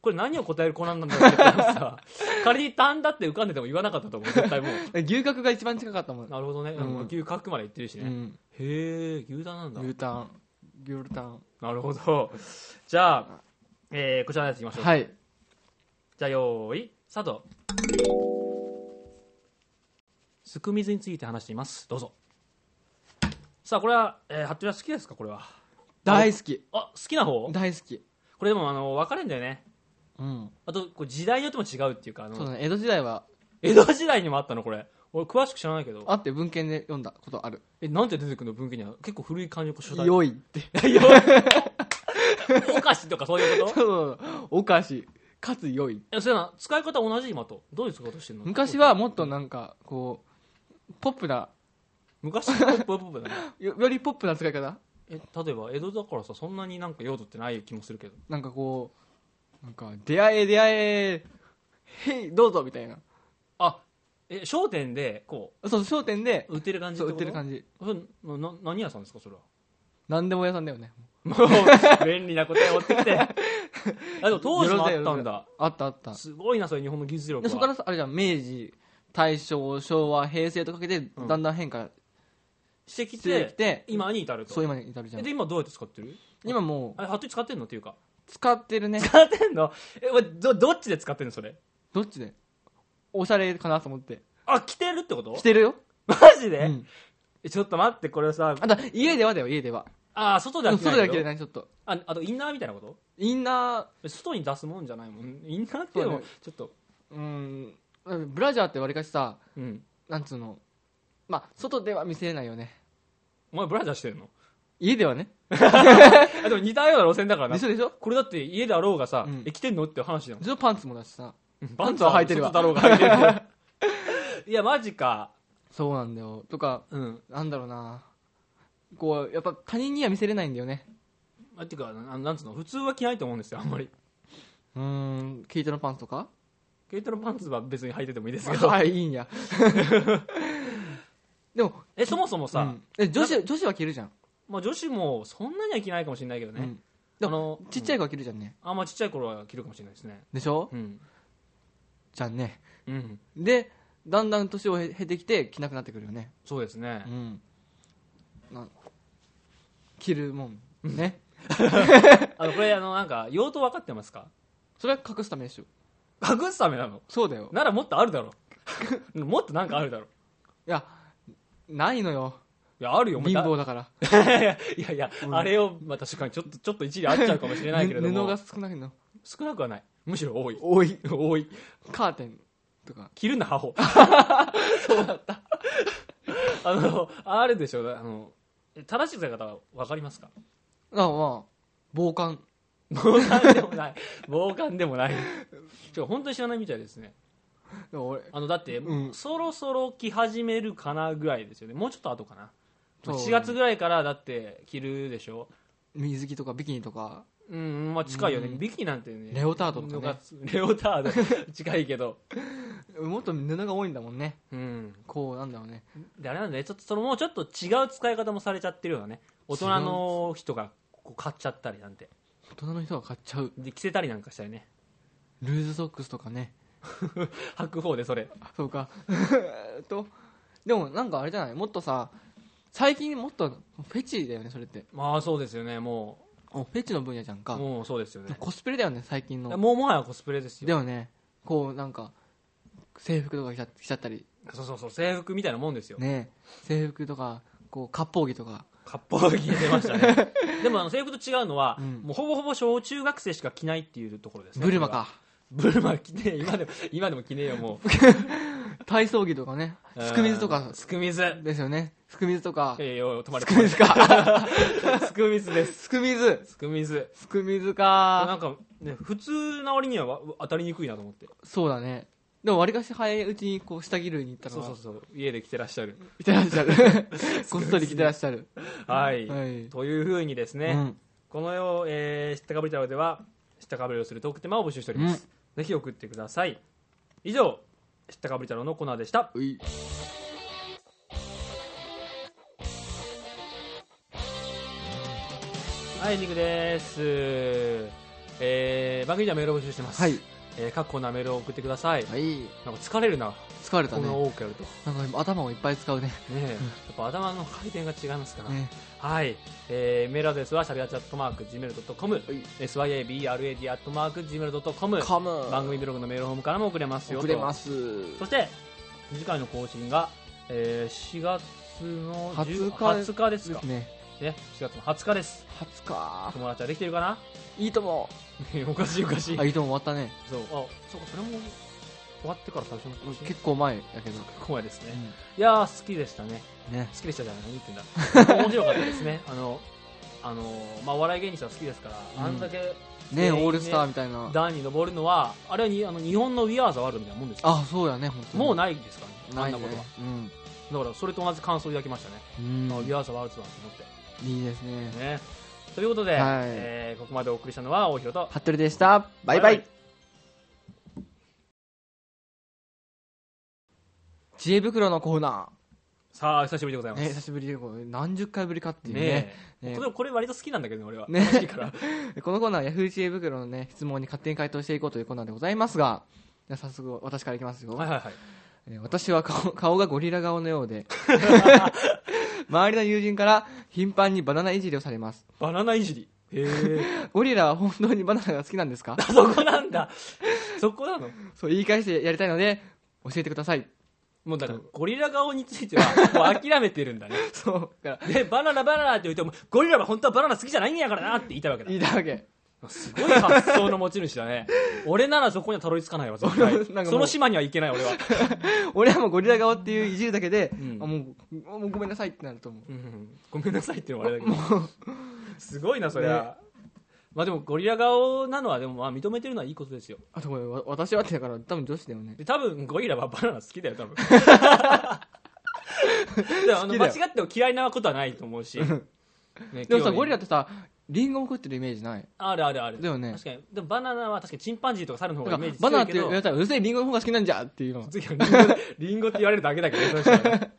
Speaker 1: これ何を答える子なんだろうって さ仮に「単だって浮かんでても言わなかったと思う絶対もう
Speaker 2: 牛角が一番近かったもん、
Speaker 1: なるほどね、
Speaker 2: うん
Speaker 1: もう牛角まで行ってるし
Speaker 2: う
Speaker 1: ね、
Speaker 2: ん、
Speaker 1: へえ牛タンなんだ
Speaker 2: 牛タン牛タン
Speaker 1: なるほどじゃあ、えーこちらのやついきましょう、
Speaker 2: はい
Speaker 1: じゃあよーいスタートすく水について話していますどうぞさあこれは、えー、服部は好きですかこれは
Speaker 2: 大好き
Speaker 1: あ好きな方
Speaker 2: 大好き
Speaker 1: これでもあの分かれんだよね
Speaker 2: うん
Speaker 1: あとこう時代によっても違うっていうかあ
Speaker 2: そう
Speaker 1: の
Speaker 2: だね江戸時代は
Speaker 1: 江戸時代にもあったのこれ俺詳しく知らないけど
Speaker 2: あって文献で読んだことある
Speaker 1: えなんて出てくるの文献には結構古い感じの書体
Speaker 2: 良いって
Speaker 1: お菓子とかそういう こと
Speaker 2: そうおかしかつ良い
Speaker 1: えそうやな使い方同じ今とどういう使い方してるの
Speaker 2: 昔はもっとなんかこうポップな
Speaker 1: 昔はポップはポップだね
Speaker 2: よよりポップな使い方
Speaker 1: え例えば江戸だからさそんなになんか用途ってない気もするけど
Speaker 2: なんかこうなんか出会え出会えへいどうぞみたいな
Speaker 1: あえ商店でこ
Speaker 2: そう商店で
Speaker 1: う売ってる感じ
Speaker 2: そう
Speaker 1: っ
Speaker 2: 売
Speaker 1: てこ
Speaker 2: って
Speaker 1: と
Speaker 2: る感じ
Speaker 1: それなな何屋さんですかそれは
Speaker 2: 何でも屋さんだよね
Speaker 1: もう便利な答え持ってき てあでも当時もあったんだ
Speaker 2: あったあった
Speaker 1: すごいなそれ日本の技術力
Speaker 2: で
Speaker 1: は
Speaker 2: そこからさあれじゃん明治大正昭和平成とかけて
Speaker 1: うん
Speaker 2: だんだん変化
Speaker 1: してき
Speaker 2: してき
Speaker 1: て
Speaker 2: て、
Speaker 1: 今に至る
Speaker 2: そう
Speaker 1: と
Speaker 2: 今に至るじゃ
Speaker 1: え
Speaker 2: ん
Speaker 1: で今どうやって使ってる
Speaker 2: 今もう
Speaker 1: あれハットリ使ってんのっていうか
Speaker 2: 使ってる ね
Speaker 1: 使ってんのえおいどどっちで使ってんのそれ
Speaker 2: どっちでおしゃれかなと思って
Speaker 1: あ着てるってこと
Speaker 2: してるよ、
Speaker 1: マジで、
Speaker 2: うん
Speaker 1: えちょっと待ってこれさ
Speaker 2: あと家ではだよ家では
Speaker 1: あ外では
Speaker 2: でも
Speaker 1: 着ない
Speaker 2: 外
Speaker 1: けど
Speaker 2: では着れないちょっと
Speaker 1: ああとインナーみたいなこと
Speaker 2: インナ
Speaker 1: 外に出すもんじゃないも んインナーっていうのもちょっと
Speaker 2: ーうんブラジャーってわりかしさ
Speaker 1: うん
Speaker 2: なんつうのまあ外では見せれないよね
Speaker 1: お前ブラジャーしてるの
Speaker 2: 家ではね
Speaker 1: あでも似たような路線だからな
Speaker 2: でしょでしょ
Speaker 1: これだって家だろうがさ、
Speaker 2: うん
Speaker 1: え着てんのって話だも
Speaker 2: でしょパンツもだしさ
Speaker 1: ん
Speaker 2: パンツは履いてるわ
Speaker 1: 外だろうが履いてる わいやマジか
Speaker 2: そうなんだよとか
Speaker 1: うん
Speaker 2: なんだろうなこうやっぱ他人には見せれないんだよね
Speaker 1: あっていうかななんつうの普通は着ないと思うんですよあんまり
Speaker 2: うーん毛糸のパンツとか
Speaker 1: 毛糸のパンツは別に履いててもいいですけど
Speaker 2: はいいいんや でも
Speaker 1: えそもそもさ、
Speaker 2: うんえ女子女子は着るじゃん、
Speaker 1: まあ、女子もそんなにはいけないかもしれないけど
Speaker 2: う
Speaker 1: ね、
Speaker 2: んで
Speaker 1: あの
Speaker 2: ちっちゃい子は着るじゃんね
Speaker 1: あんまあちっちゃい頃は着るかもしれないですね
Speaker 2: でしょ
Speaker 1: うん、
Speaker 2: じゃんね
Speaker 1: うん、
Speaker 2: でだんだん年をへ経てきて着なくなってくるよね
Speaker 1: そうですね
Speaker 2: う、んな着るもんね
Speaker 1: あのこれあのなんか用途分かってますか
Speaker 2: それは隠すためでしょ
Speaker 1: 隠すためなの
Speaker 2: そうだよ
Speaker 1: ならもっとあるだろ もっとなんかあるだろ
Speaker 2: いやないのよ
Speaker 1: いやあるよお前
Speaker 2: 貧乏だから
Speaker 1: いやいや、あれを、まあ、確かにちょっとちょっと一理あっちゃうかもしれないけれど
Speaker 2: ぬ布
Speaker 1: も
Speaker 2: が少ないの
Speaker 1: 少なくはないむしろ多い
Speaker 2: 多い
Speaker 1: 多い
Speaker 2: カーテンとか
Speaker 1: 着るな母 そうだったあのあるでしょあの正しい使い方は分かり ますか
Speaker 2: あまあ防寒
Speaker 1: 防寒でもない防寒でもないちょ本当に知らないみたいですね
Speaker 2: でも俺
Speaker 1: あのだって、
Speaker 2: うん
Speaker 1: そろそろ着始めるかなぐらいですよねもうちょっと後かな
Speaker 2: そう
Speaker 1: 4月ぐらいからだって着るでしょ
Speaker 2: 水着とかビキニとか
Speaker 1: うんまあ近いよね、
Speaker 2: うん
Speaker 1: ビキニなんてね
Speaker 2: レオタードとか
Speaker 1: の
Speaker 2: ね
Speaker 1: が レオタード 近いけど
Speaker 2: もっと布が多いんだもんね
Speaker 1: うん
Speaker 2: こうなんだろうね
Speaker 1: であれなんだねちょっとそのもうちょっと違う使い方もされちゃってるようなね大人の人がこう買っちゃったりなんて
Speaker 2: 大人の人が買っちゃう
Speaker 1: で着せたりなんかしたりね
Speaker 2: ルーズソックスとかね
Speaker 1: 履く方でそれ
Speaker 2: そうかえーっとでもなんかあれじゃないもっとさ最近もっとフェチだよねそれって
Speaker 1: まあそうですよねも
Speaker 2: おフェチの分野じゃん
Speaker 1: う
Speaker 2: か
Speaker 1: もうそうですよね
Speaker 2: コスプレだよね最近の
Speaker 1: もうもはやコスプレです
Speaker 2: だ
Speaker 1: よ
Speaker 2: よねこうなんか制服とか着ちゃ着ちゃったり
Speaker 1: そうそうそう制服みたいなもんですよ
Speaker 2: ね制服とかこう割烹着とか
Speaker 1: 割烹着出ました ねでもあの制服と違うのは、
Speaker 2: うん
Speaker 1: もうほぼほぼ小中学生しか着ないっていうところですね
Speaker 2: ブルマか
Speaker 1: ブルマ着ねえ今でも今でも着ねえよもう
Speaker 2: 体操着とかね
Speaker 1: うん
Speaker 2: すく水とか
Speaker 1: すく水
Speaker 2: ですよねすく水とか
Speaker 1: ええよ止まれ
Speaker 2: すく水か
Speaker 1: すく水です
Speaker 2: すく水
Speaker 1: すく水
Speaker 2: すく水
Speaker 1: な
Speaker 2: か
Speaker 1: んか、ね、普通な割にはわ当たりにくいなと思って
Speaker 2: そうだねでもわりかし早いうちにこう下着類に行った
Speaker 1: そうそ
Speaker 2: ら
Speaker 1: うそう家で着てらっしゃる
Speaker 2: 着てらっしゃる こっそり着てらっしゃる
Speaker 1: はい、
Speaker 2: はい
Speaker 1: というふうにですね、
Speaker 2: うん
Speaker 1: このよう、えー、知ったかぶり太郎では知ったかぶりをするトークテーマを募集しております、ぜひ送ってください以上知ったかぶり太郎のコーナーでした
Speaker 2: うい
Speaker 1: はいエンディングです、えー、番組ではメールを募集してます、
Speaker 2: はい
Speaker 1: えー、各コーナーメールを送ってください、
Speaker 2: はい
Speaker 1: なんか疲れるな、
Speaker 2: 疲れた
Speaker 1: こんな
Speaker 2: ね
Speaker 1: 多くやるとね
Speaker 2: なんか今頭をいっぱい使うね
Speaker 1: えやっぱ頭の回転が違いますから、
Speaker 2: ね
Speaker 1: はい、えー、メールアドレスはシャリアチャットマーク Gmail.com SYABRAD アットマーク Gmail.com
Speaker 2: カム
Speaker 1: 番組ブログのメールフォームからも送れますよと
Speaker 2: 遅れます
Speaker 1: そして次回の更新が、えー、4月の10
Speaker 2: 20
Speaker 1: 20日です
Speaker 2: で
Speaker 1: か
Speaker 2: すね
Speaker 1: ね4月の20日です
Speaker 2: 20日
Speaker 1: 友達はできてるかな
Speaker 2: いいとも
Speaker 1: おかしいおかしい、
Speaker 2: あいいとも終わったね
Speaker 1: そうあそうかそれも終わってから最初の更新結
Speaker 2: 結構前だけど
Speaker 1: 構前ですね、いやー好きでしたね
Speaker 2: ね
Speaker 1: 好きでしたじゃない何言ってんだ面白かったです ねあのあのまあお笑い芸人さん好きですから、
Speaker 2: うん
Speaker 1: あんだけ
Speaker 2: ね
Speaker 1: 全員
Speaker 2: オールスターみたいな
Speaker 1: 段に上るのはあれはにあの日本の「We Are the World」みたいなもんですよ
Speaker 2: あそうやね本当に
Speaker 1: もうないですからね
Speaker 2: ない
Speaker 1: あん
Speaker 2: ね
Speaker 1: なことは
Speaker 2: うん
Speaker 1: だからそれと同じ感想をいただきましたね
Speaker 2: うん
Speaker 1: あ We Are the World だと思って
Speaker 2: いいですね
Speaker 1: ねということで、
Speaker 2: はい
Speaker 1: えーここまでお送りしたのは大広と
Speaker 2: 服部でしたバイバ
Speaker 1: バイバイ
Speaker 2: イ知恵袋のコーナ
Speaker 1: さあ久しぶりでござい
Speaker 2: ー
Speaker 1: ます
Speaker 2: ね
Speaker 1: ね
Speaker 2: 久しぶりでこう何十回ぶりかっていうね
Speaker 1: え
Speaker 2: ね
Speaker 1: これこれ割と好きなんだけどね俺は、
Speaker 2: ね
Speaker 1: 楽しい から
Speaker 2: このコーナーは Yahoo! 知恵袋のね質問に勝手に回答していこうというコーナーでございますがじゃあ早速私からいきますよ、
Speaker 1: はいはいはい
Speaker 2: えー私は顔 顔がゴリラ顔のようで 周りの友人から頻繁にバナナいじりをされます
Speaker 1: バナナいじりへえ
Speaker 2: ゴリラは本当にバナナが好きなんですか
Speaker 1: そこなんだそこなの
Speaker 2: そう言い返してやりたいので教えてください
Speaker 1: もうだからゴリラ顔についてはもう諦めてるんだね
Speaker 2: そうだから
Speaker 1: でバナナバナナって言ってもゴリラは本当はバナナ好きじゃないんやからなって言いたいわけだ
Speaker 2: 言いたいわけ
Speaker 1: すごい発想の持ち主だ ね俺ならそこにはたどり着かないわ絶対
Speaker 2: 俺も なんかもう
Speaker 1: その島には行けない 俺は
Speaker 2: 俺はもうゴリラ顔っていういじるだけで、
Speaker 1: ん
Speaker 2: あもうもうごめんなさいってなると思
Speaker 1: う
Speaker 2: う
Speaker 1: んごめんなさいっていうのはあれだけどすごいなそれは、まあでもゴリラ顔なのはでもまあ認めてるのはいいことですよ
Speaker 2: あとこれわ私はってだから多分女子だよね
Speaker 1: で多分ゴリラはバナナ好きだよ多 分でもあの
Speaker 2: 好きだ
Speaker 1: 間違
Speaker 2: よ
Speaker 1: っても嫌いなことはないと思うし、ね
Speaker 2: でもさ
Speaker 1: 興味
Speaker 2: ゴリラってさリンゴを食ってるイメージない
Speaker 1: あるあるある
Speaker 2: だよね
Speaker 1: 確かにでもバナナは確かにチンパンジーとか猿の方
Speaker 2: だ
Speaker 1: が
Speaker 2: か
Speaker 1: イメー
Speaker 2: ら
Speaker 1: ジ
Speaker 2: バ
Speaker 1: 強い
Speaker 2: ナナっ
Speaker 1: け
Speaker 2: て
Speaker 1: ど
Speaker 2: 言われたらうるせえリンゴの方が好きなんじゃっていうの
Speaker 1: 次はリン ゴリンゴって言われるだけだけどねその人はね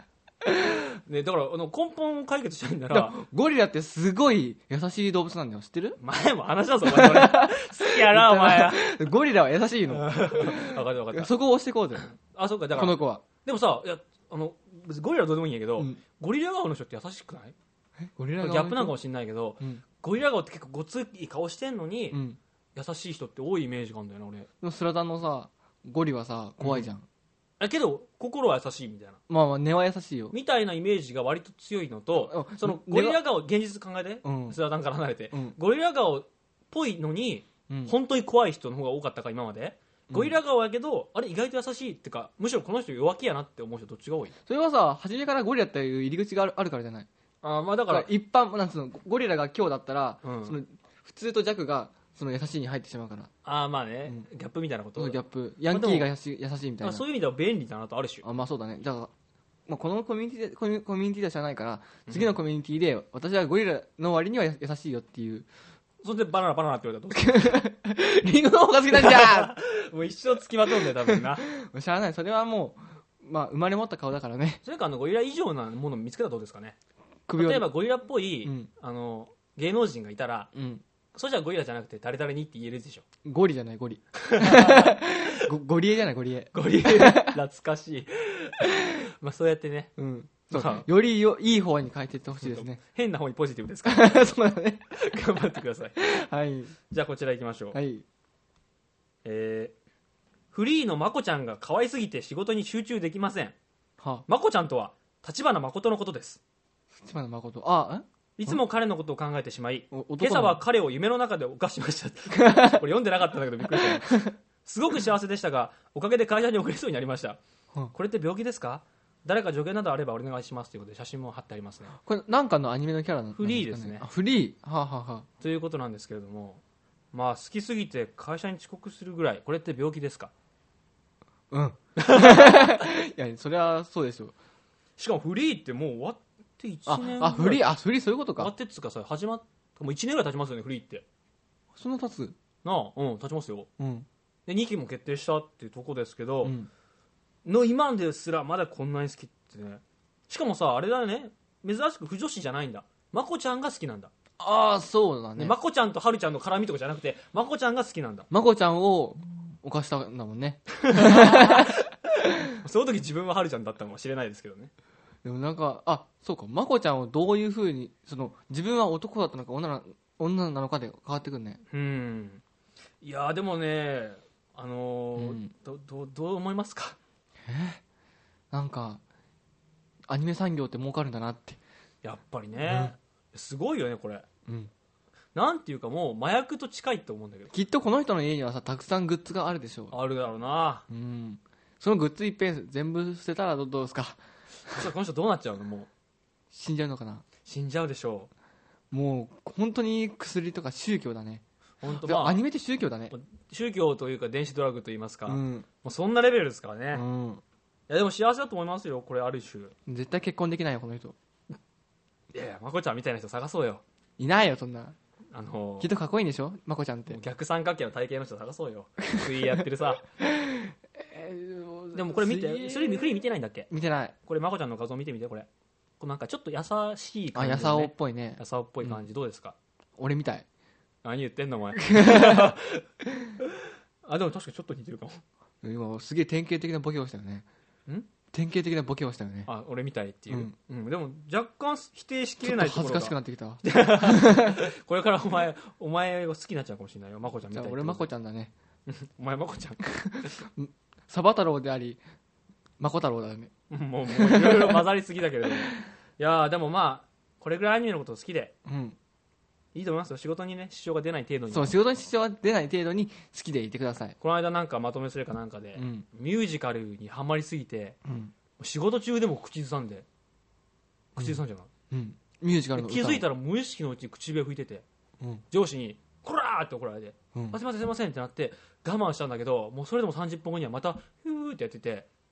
Speaker 1: ねだからあの根本を解決したいんな
Speaker 2: だから
Speaker 1: ら
Speaker 2: ゴリラってすごい優しい動物なんだよ知ってる
Speaker 1: 前も話したぞお前そ れ好きやなお前は
Speaker 2: ゴリラは優しいの
Speaker 1: 分かった分かった
Speaker 2: そこを押してこうぜ
Speaker 1: あそうかだか
Speaker 2: こ
Speaker 1: ら
Speaker 2: の子は
Speaker 1: でもさいやあの別にゴリラはどうでもいいんやけど、
Speaker 2: うん
Speaker 1: ゴリラ顔の人って優しくない
Speaker 2: ゴリ
Speaker 1: ギ
Speaker 2: ラ
Speaker 1: ャ
Speaker 2: が
Speaker 1: ップなんかもしんないけど、
Speaker 2: うん
Speaker 1: ゴリラ顔って結構ごつい顔してんのに、
Speaker 2: うんで
Speaker 1: 優しい人って多いイメージがあるんだよな俺
Speaker 2: もスラダンのさゴリはさ怖いじゃん
Speaker 1: だけど心は優しいみたいな
Speaker 2: まあまあ根は優しいよ
Speaker 1: みたいなイメージが割と強いのと
Speaker 2: あ
Speaker 1: そのゴリラ顔現実考えて、
Speaker 2: うん
Speaker 1: スラダンから離れて、
Speaker 2: うん
Speaker 1: ゴリラ顔っぽいのに
Speaker 2: うん
Speaker 1: 本当に怖い人の方が多かったか今までゴリラ顔やけど、あれ意外と優しいってかむしろこの人弱気やなって思う人どっちが多い
Speaker 2: それはさ初めからゴリラっていう入り口があるあるからじゃない
Speaker 1: あーまあだ
Speaker 2: だ
Speaker 1: か
Speaker 2: からら一般なんつうのゴリラが強だったらそ
Speaker 1: うん
Speaker 2: の普通と弱がその優しいに入ってしまうから
Speaker 1: ああまあね、ギャップみたいなこ
Speaker 2: そ
Speaker 1: と
Speaker 2: のギャップヤンキーが優しい優しいみたい
Speaker 1: あ
Speaker 2: な
Speaker 1: そういう意味では便利だなとある種
Speaker 2: あまあそうだねだから、まあ、このコミュニティでコミュコミュニティでは知らないから次のコミュニティで私はゴリラの割にはや優しいよっていう
Speaker 1: それでバナナバナナって言われたらど
Speaker 2: リンゴの方が好きなんじゃ
Speaker 1: うするもう一生つきまとうんだよ多分な
Speaker 2: ん しゃあないそれはもう、まあ、生まれ持った顔だからね
Speaker 1: それかあのゴリラ以上なものを見つけたらどうですかね
Speaker 2: 首を
Speaker 1: 例えばゴリラっぽい、
Speaker 2: うん
Speaker 1: あの芸能人がいたら
Speaker 2: うん、
Speaker 1: そしたらゴリラじゃなくて誰々にって言えるで しょ
Speaker 2: ゴリじゃないゴリゴゴリエじゃないゴリエ
Speaker 1: ゴリラ懐かしいまあそうやってね
Speaker 2: うんそう
Speaker 1: まあ
Speaker 2: よりよいい方に変えていってほしいで すね。
Speaker 1: 変な方にポジティブですから
Speaker 2: そうだね。
Speaker 1: 頑張ってください
Speaker 2: はい。
Speaker 1: じゃあこちら行きましょう、
Speaker 2: はい。
Speaker 1: えーフリーのまこちゃんが可愛すぎて仕事に集中できません
Speaker 2: は
Speaker 1: まこちゃんとは立花誠のことです
Speaker 2: あ、千葉の誠。あ、え
Speaker 1: いつも彼のことを考えてしまい
Speaker 2: お
Speaker 1: 今
Speaker 2: 男
Speaker 1: 朝
Speaker 2: の
Speaker 1: は彼を夢の中で犯しま したこれ読んでなかったんだけどびっくりしたすごく幸せでしたがおかげで会社に遅れそうになりました
Speaker 2: うん
Speaker 1: これって病気ですか誰か助言などあればお願いしますということで写真も貼ってありますね
Speaker 2: これ、なんかのアニメのキャラなんか
Speaker 1: フリーですね
Speaker 2: あ、フリー。はあ、はあはあ、
Speaker 1: ということなんですけれどもまあ好きすぎて会社に遅刻するぐらいこれって病気ですか
Speaker 2: うん。いや、それはそうでしょう。
Speaker 1: しかもフリーってもう終わって1
Speaker 2: あ
Speaker 1: 年ぐらい、
Speaker 2: あ、フリー、あ、フリーそういうこと
Speaker 1: 終わ
Speaker 2: か
Speaker 1: っ。てっつうかさ始まってもう1年ぐらい経ちますよねフリーって
Speaker 2: そんな経つ
Speaker 1: なあうん経ちますよ
Speaker 2: うん。
Speaker 1: で2期も決定したっていうとこですけど、
Speaker 2: うん。
Speaker 1: の今ですらまだこんなに好きってねしかもさあれだね珍しく不女子じゃないんだまこちゃんが好きなんだ、
Speaker 2: ああ、そうだね。
Speaker 1: まこちゃんとはるちゃんの絡みとかじゃなくてまこちゃんが好きなんだ
Speaker 2: まこちゃんを犯したんだもん ね。
Speaker 1: その時自分ははるちゃんだったのかもしれないですけどね
Speaker 2: でもなんか、あ、そうか、まこちゃんをどういうふうに、その、自分は男だったのか女な女なのかで変わってくるね。
Speaker 1: うんいやーでもねあのー
Speaker 2: うん
Speaker 1: どどどう思いますか
Speaker 2: なんか、アニメ産業って儲かるんだなって。
Speaker 1: やっぱりね、すごいよねこれ
Speaker 2: うん。
Speaker 1: なんていうかもう麻薬と近いと思うんだけど
Speaker 2: きっとこの人の家にはさ、たくさんグッズがあるでしょう。
Speaker 1: あるだろうな
Speaker 2: うん。そのグッズいっぺん全部捨てたらどどうですか
Speaker 1: そしたらこの人どうなっちゃうのもう
Speaker 2: 死んじゃうのかな
Speaker 1: 死んじゃうでしょ
Speaker 2: もう、本当に薬とか宗教だね。
Speaker 1: う本当
Speaker 2: でも
Speaker 1: ま
Speaker 2: ア
Speaker 1: あ
Speaker 2: ニメって宗教だね。
Speaker 1: 宗教というか電子ドラッグといいますか、
Speaker 2: う
Speaker 1: も
Speaker 2: ん。
Speaker 1: うそんなレベルですからね、い
Speaker 2: うん。
Speaker 1: やでも幸せだと思いますよこれある種
Speaker 2: 絶対結婚できないよ、この人。
Speaker 1: いやいやまこちゃんみたいな人探そうよ
Speaker 2: いないよ、そんな。
Speaker 1: あの
Speaker 2: きっとかっこいいんでしょまこちゃんって。
Speaker 1: 逆三角形の体型の人探そうよ水泳やってる さでもこれ見
Speaker 2: 水
Speaker 1: て
Speaker 2: 泳
Speaker 1: それフリー見てないんだっけ
Speaker 2: 見てない。
Speaker 1: これまこちゃんの画像見てみてこれこれなんかちょっと優しい
Speaker 2: あ、
Speaker 1: 感じ、ね、
Speaker 2: やさおっぽいね。
Speaker 1: やさおっぽい感じどうですか、
Speaker 2: 俺みたい。
Speaker 1: 何言ってんのお 前あでも確かにちょっと似てるかも
Speaker 2: 今、すげえ典型的なボケをしたよね。
Speaker 1: ん
Speaker 2: 典型的なボケをしたよね。
Speaker 1: あ俺みたいっていう、
Speaker 2: うん
Speaker 1: うんでも若干否定しき
Speaker 2: ち
Speaker 1: れ
Speaker 2: ょっ
Speaker 1: ない
Speaker 2: と
Speaker 1: とこ
Speaker 2: 恥
Speaker 1: ろ
Speaker 2: ず
Speaker 1: が
Speaker 2: かしくなってきたわ。
Speaker 1: これからお前お前を好きになっちゃうかもしれないよまこちゃんみ
Speaker 2: じ
Speaker 1: た
Speaker 2: ゃ
Speaker 1: いっ
Speaker 2: あ
Speaker 1: て
Speaker 2: 俺まこちゃんだね。
Speaker 1: お前まこちゃん
Speaker 2: サバ太郎であり、まこ太郎だよね。
Speaker 1: もうもういろいろ混ざりすぎだけれどもいやーでもまあこれぐらいアニメのこと好きで
Speaker 2: うん。
Speaker 1: いいと思いますよ仕事にね支障が出ない程度に
Speaker 2: そう、仕事に支障は出ない程度に好きでいてください。
Speaker 1: この間なんかまとめするかなんかで、
Speaker 2: うん。
Speaker 1: ミュージカルにはまりすぎて
Speaker 2: うん。
Speaker 1: 仕事中でも口ずさんで口ずさんじゃない、
Speaker 2: うん。ミュージカルの
Speaker 1: で
Speaker 2: 歌
Speaker 1: 気づい
Speaker 2: た。
Speaker 1: たら無意識のうちに口笛吹いてて、
Speaker 2: うん
Speaker 1: 上司に「こら!」って怒られて
Speaker 2: う
Speaker 1: 「
Speaker 2: ん
Speaker 1: あすいませんすいません」ってなって我慢したんだけどもうそれでも30分後にはまた「ふー」ってやってて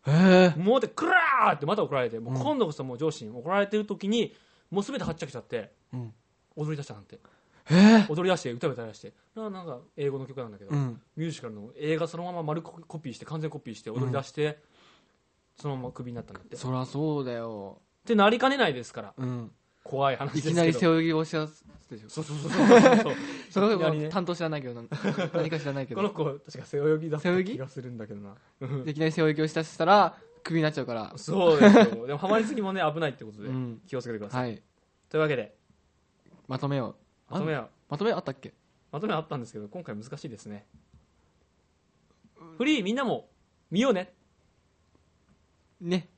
Speaker 2: へえ。
Speaker 1: もうでくらーってまた怒られてもううん今度こそもう上司に怒られてる時にもう全てはっちゃけちゃって、
Speaker 2: うん
Speaker 1: 踊り出したなんて
Speaker 2: へえ。
Speaker 1: 踊り出して歌歌い出してななんか英語の曲なんだけど、
Speaker 2: うん。
Speaker 1: ミュージカルの映画そのまま丸ココピーして完全コピーして踊り出して、そのままクビになったんだってっ
Speaker 2: そりゃそうだよ。
Speaker 1: てなりかねないですから
Speaker 2: うん。
Speaker 1: 怖い話で
Speaker 2: い
Speaker 1: すけど
Speaker 2: きなり背泳ぎをしやすでしょ。
Speaker 1: そうそうそうそうそうそう
Speaker 2: その
Speaker 1: いきなりね
Speaker 2: 担当知らな いけど、なん何か知らないけ
Speaker 1: この
Speaker 2: ど。
Speaker 1: 子確か背泳ぎだった
Speaker 2: 背泳ぎ
Speaker 1: 気がするんだけどな
Speaker 2: でいきなり背泳ぎをしたしたら、クビになっちゃうから。
Speaker 1: そうですよでもハマりすぎもね危ないってことで、
Speaker 2: うん。
Speaker 1: 気をつけてください、
Speaker 2: はい。
Speaker 1: というわけで
Speaker 2: まとめよう。
Speaker 1: まとめは
Speaker 2: まとめあったっけ
Speaker 1: まとめはあったんですけど今回難しいですねフリーみんなも見ようね
Speaker 2: ね。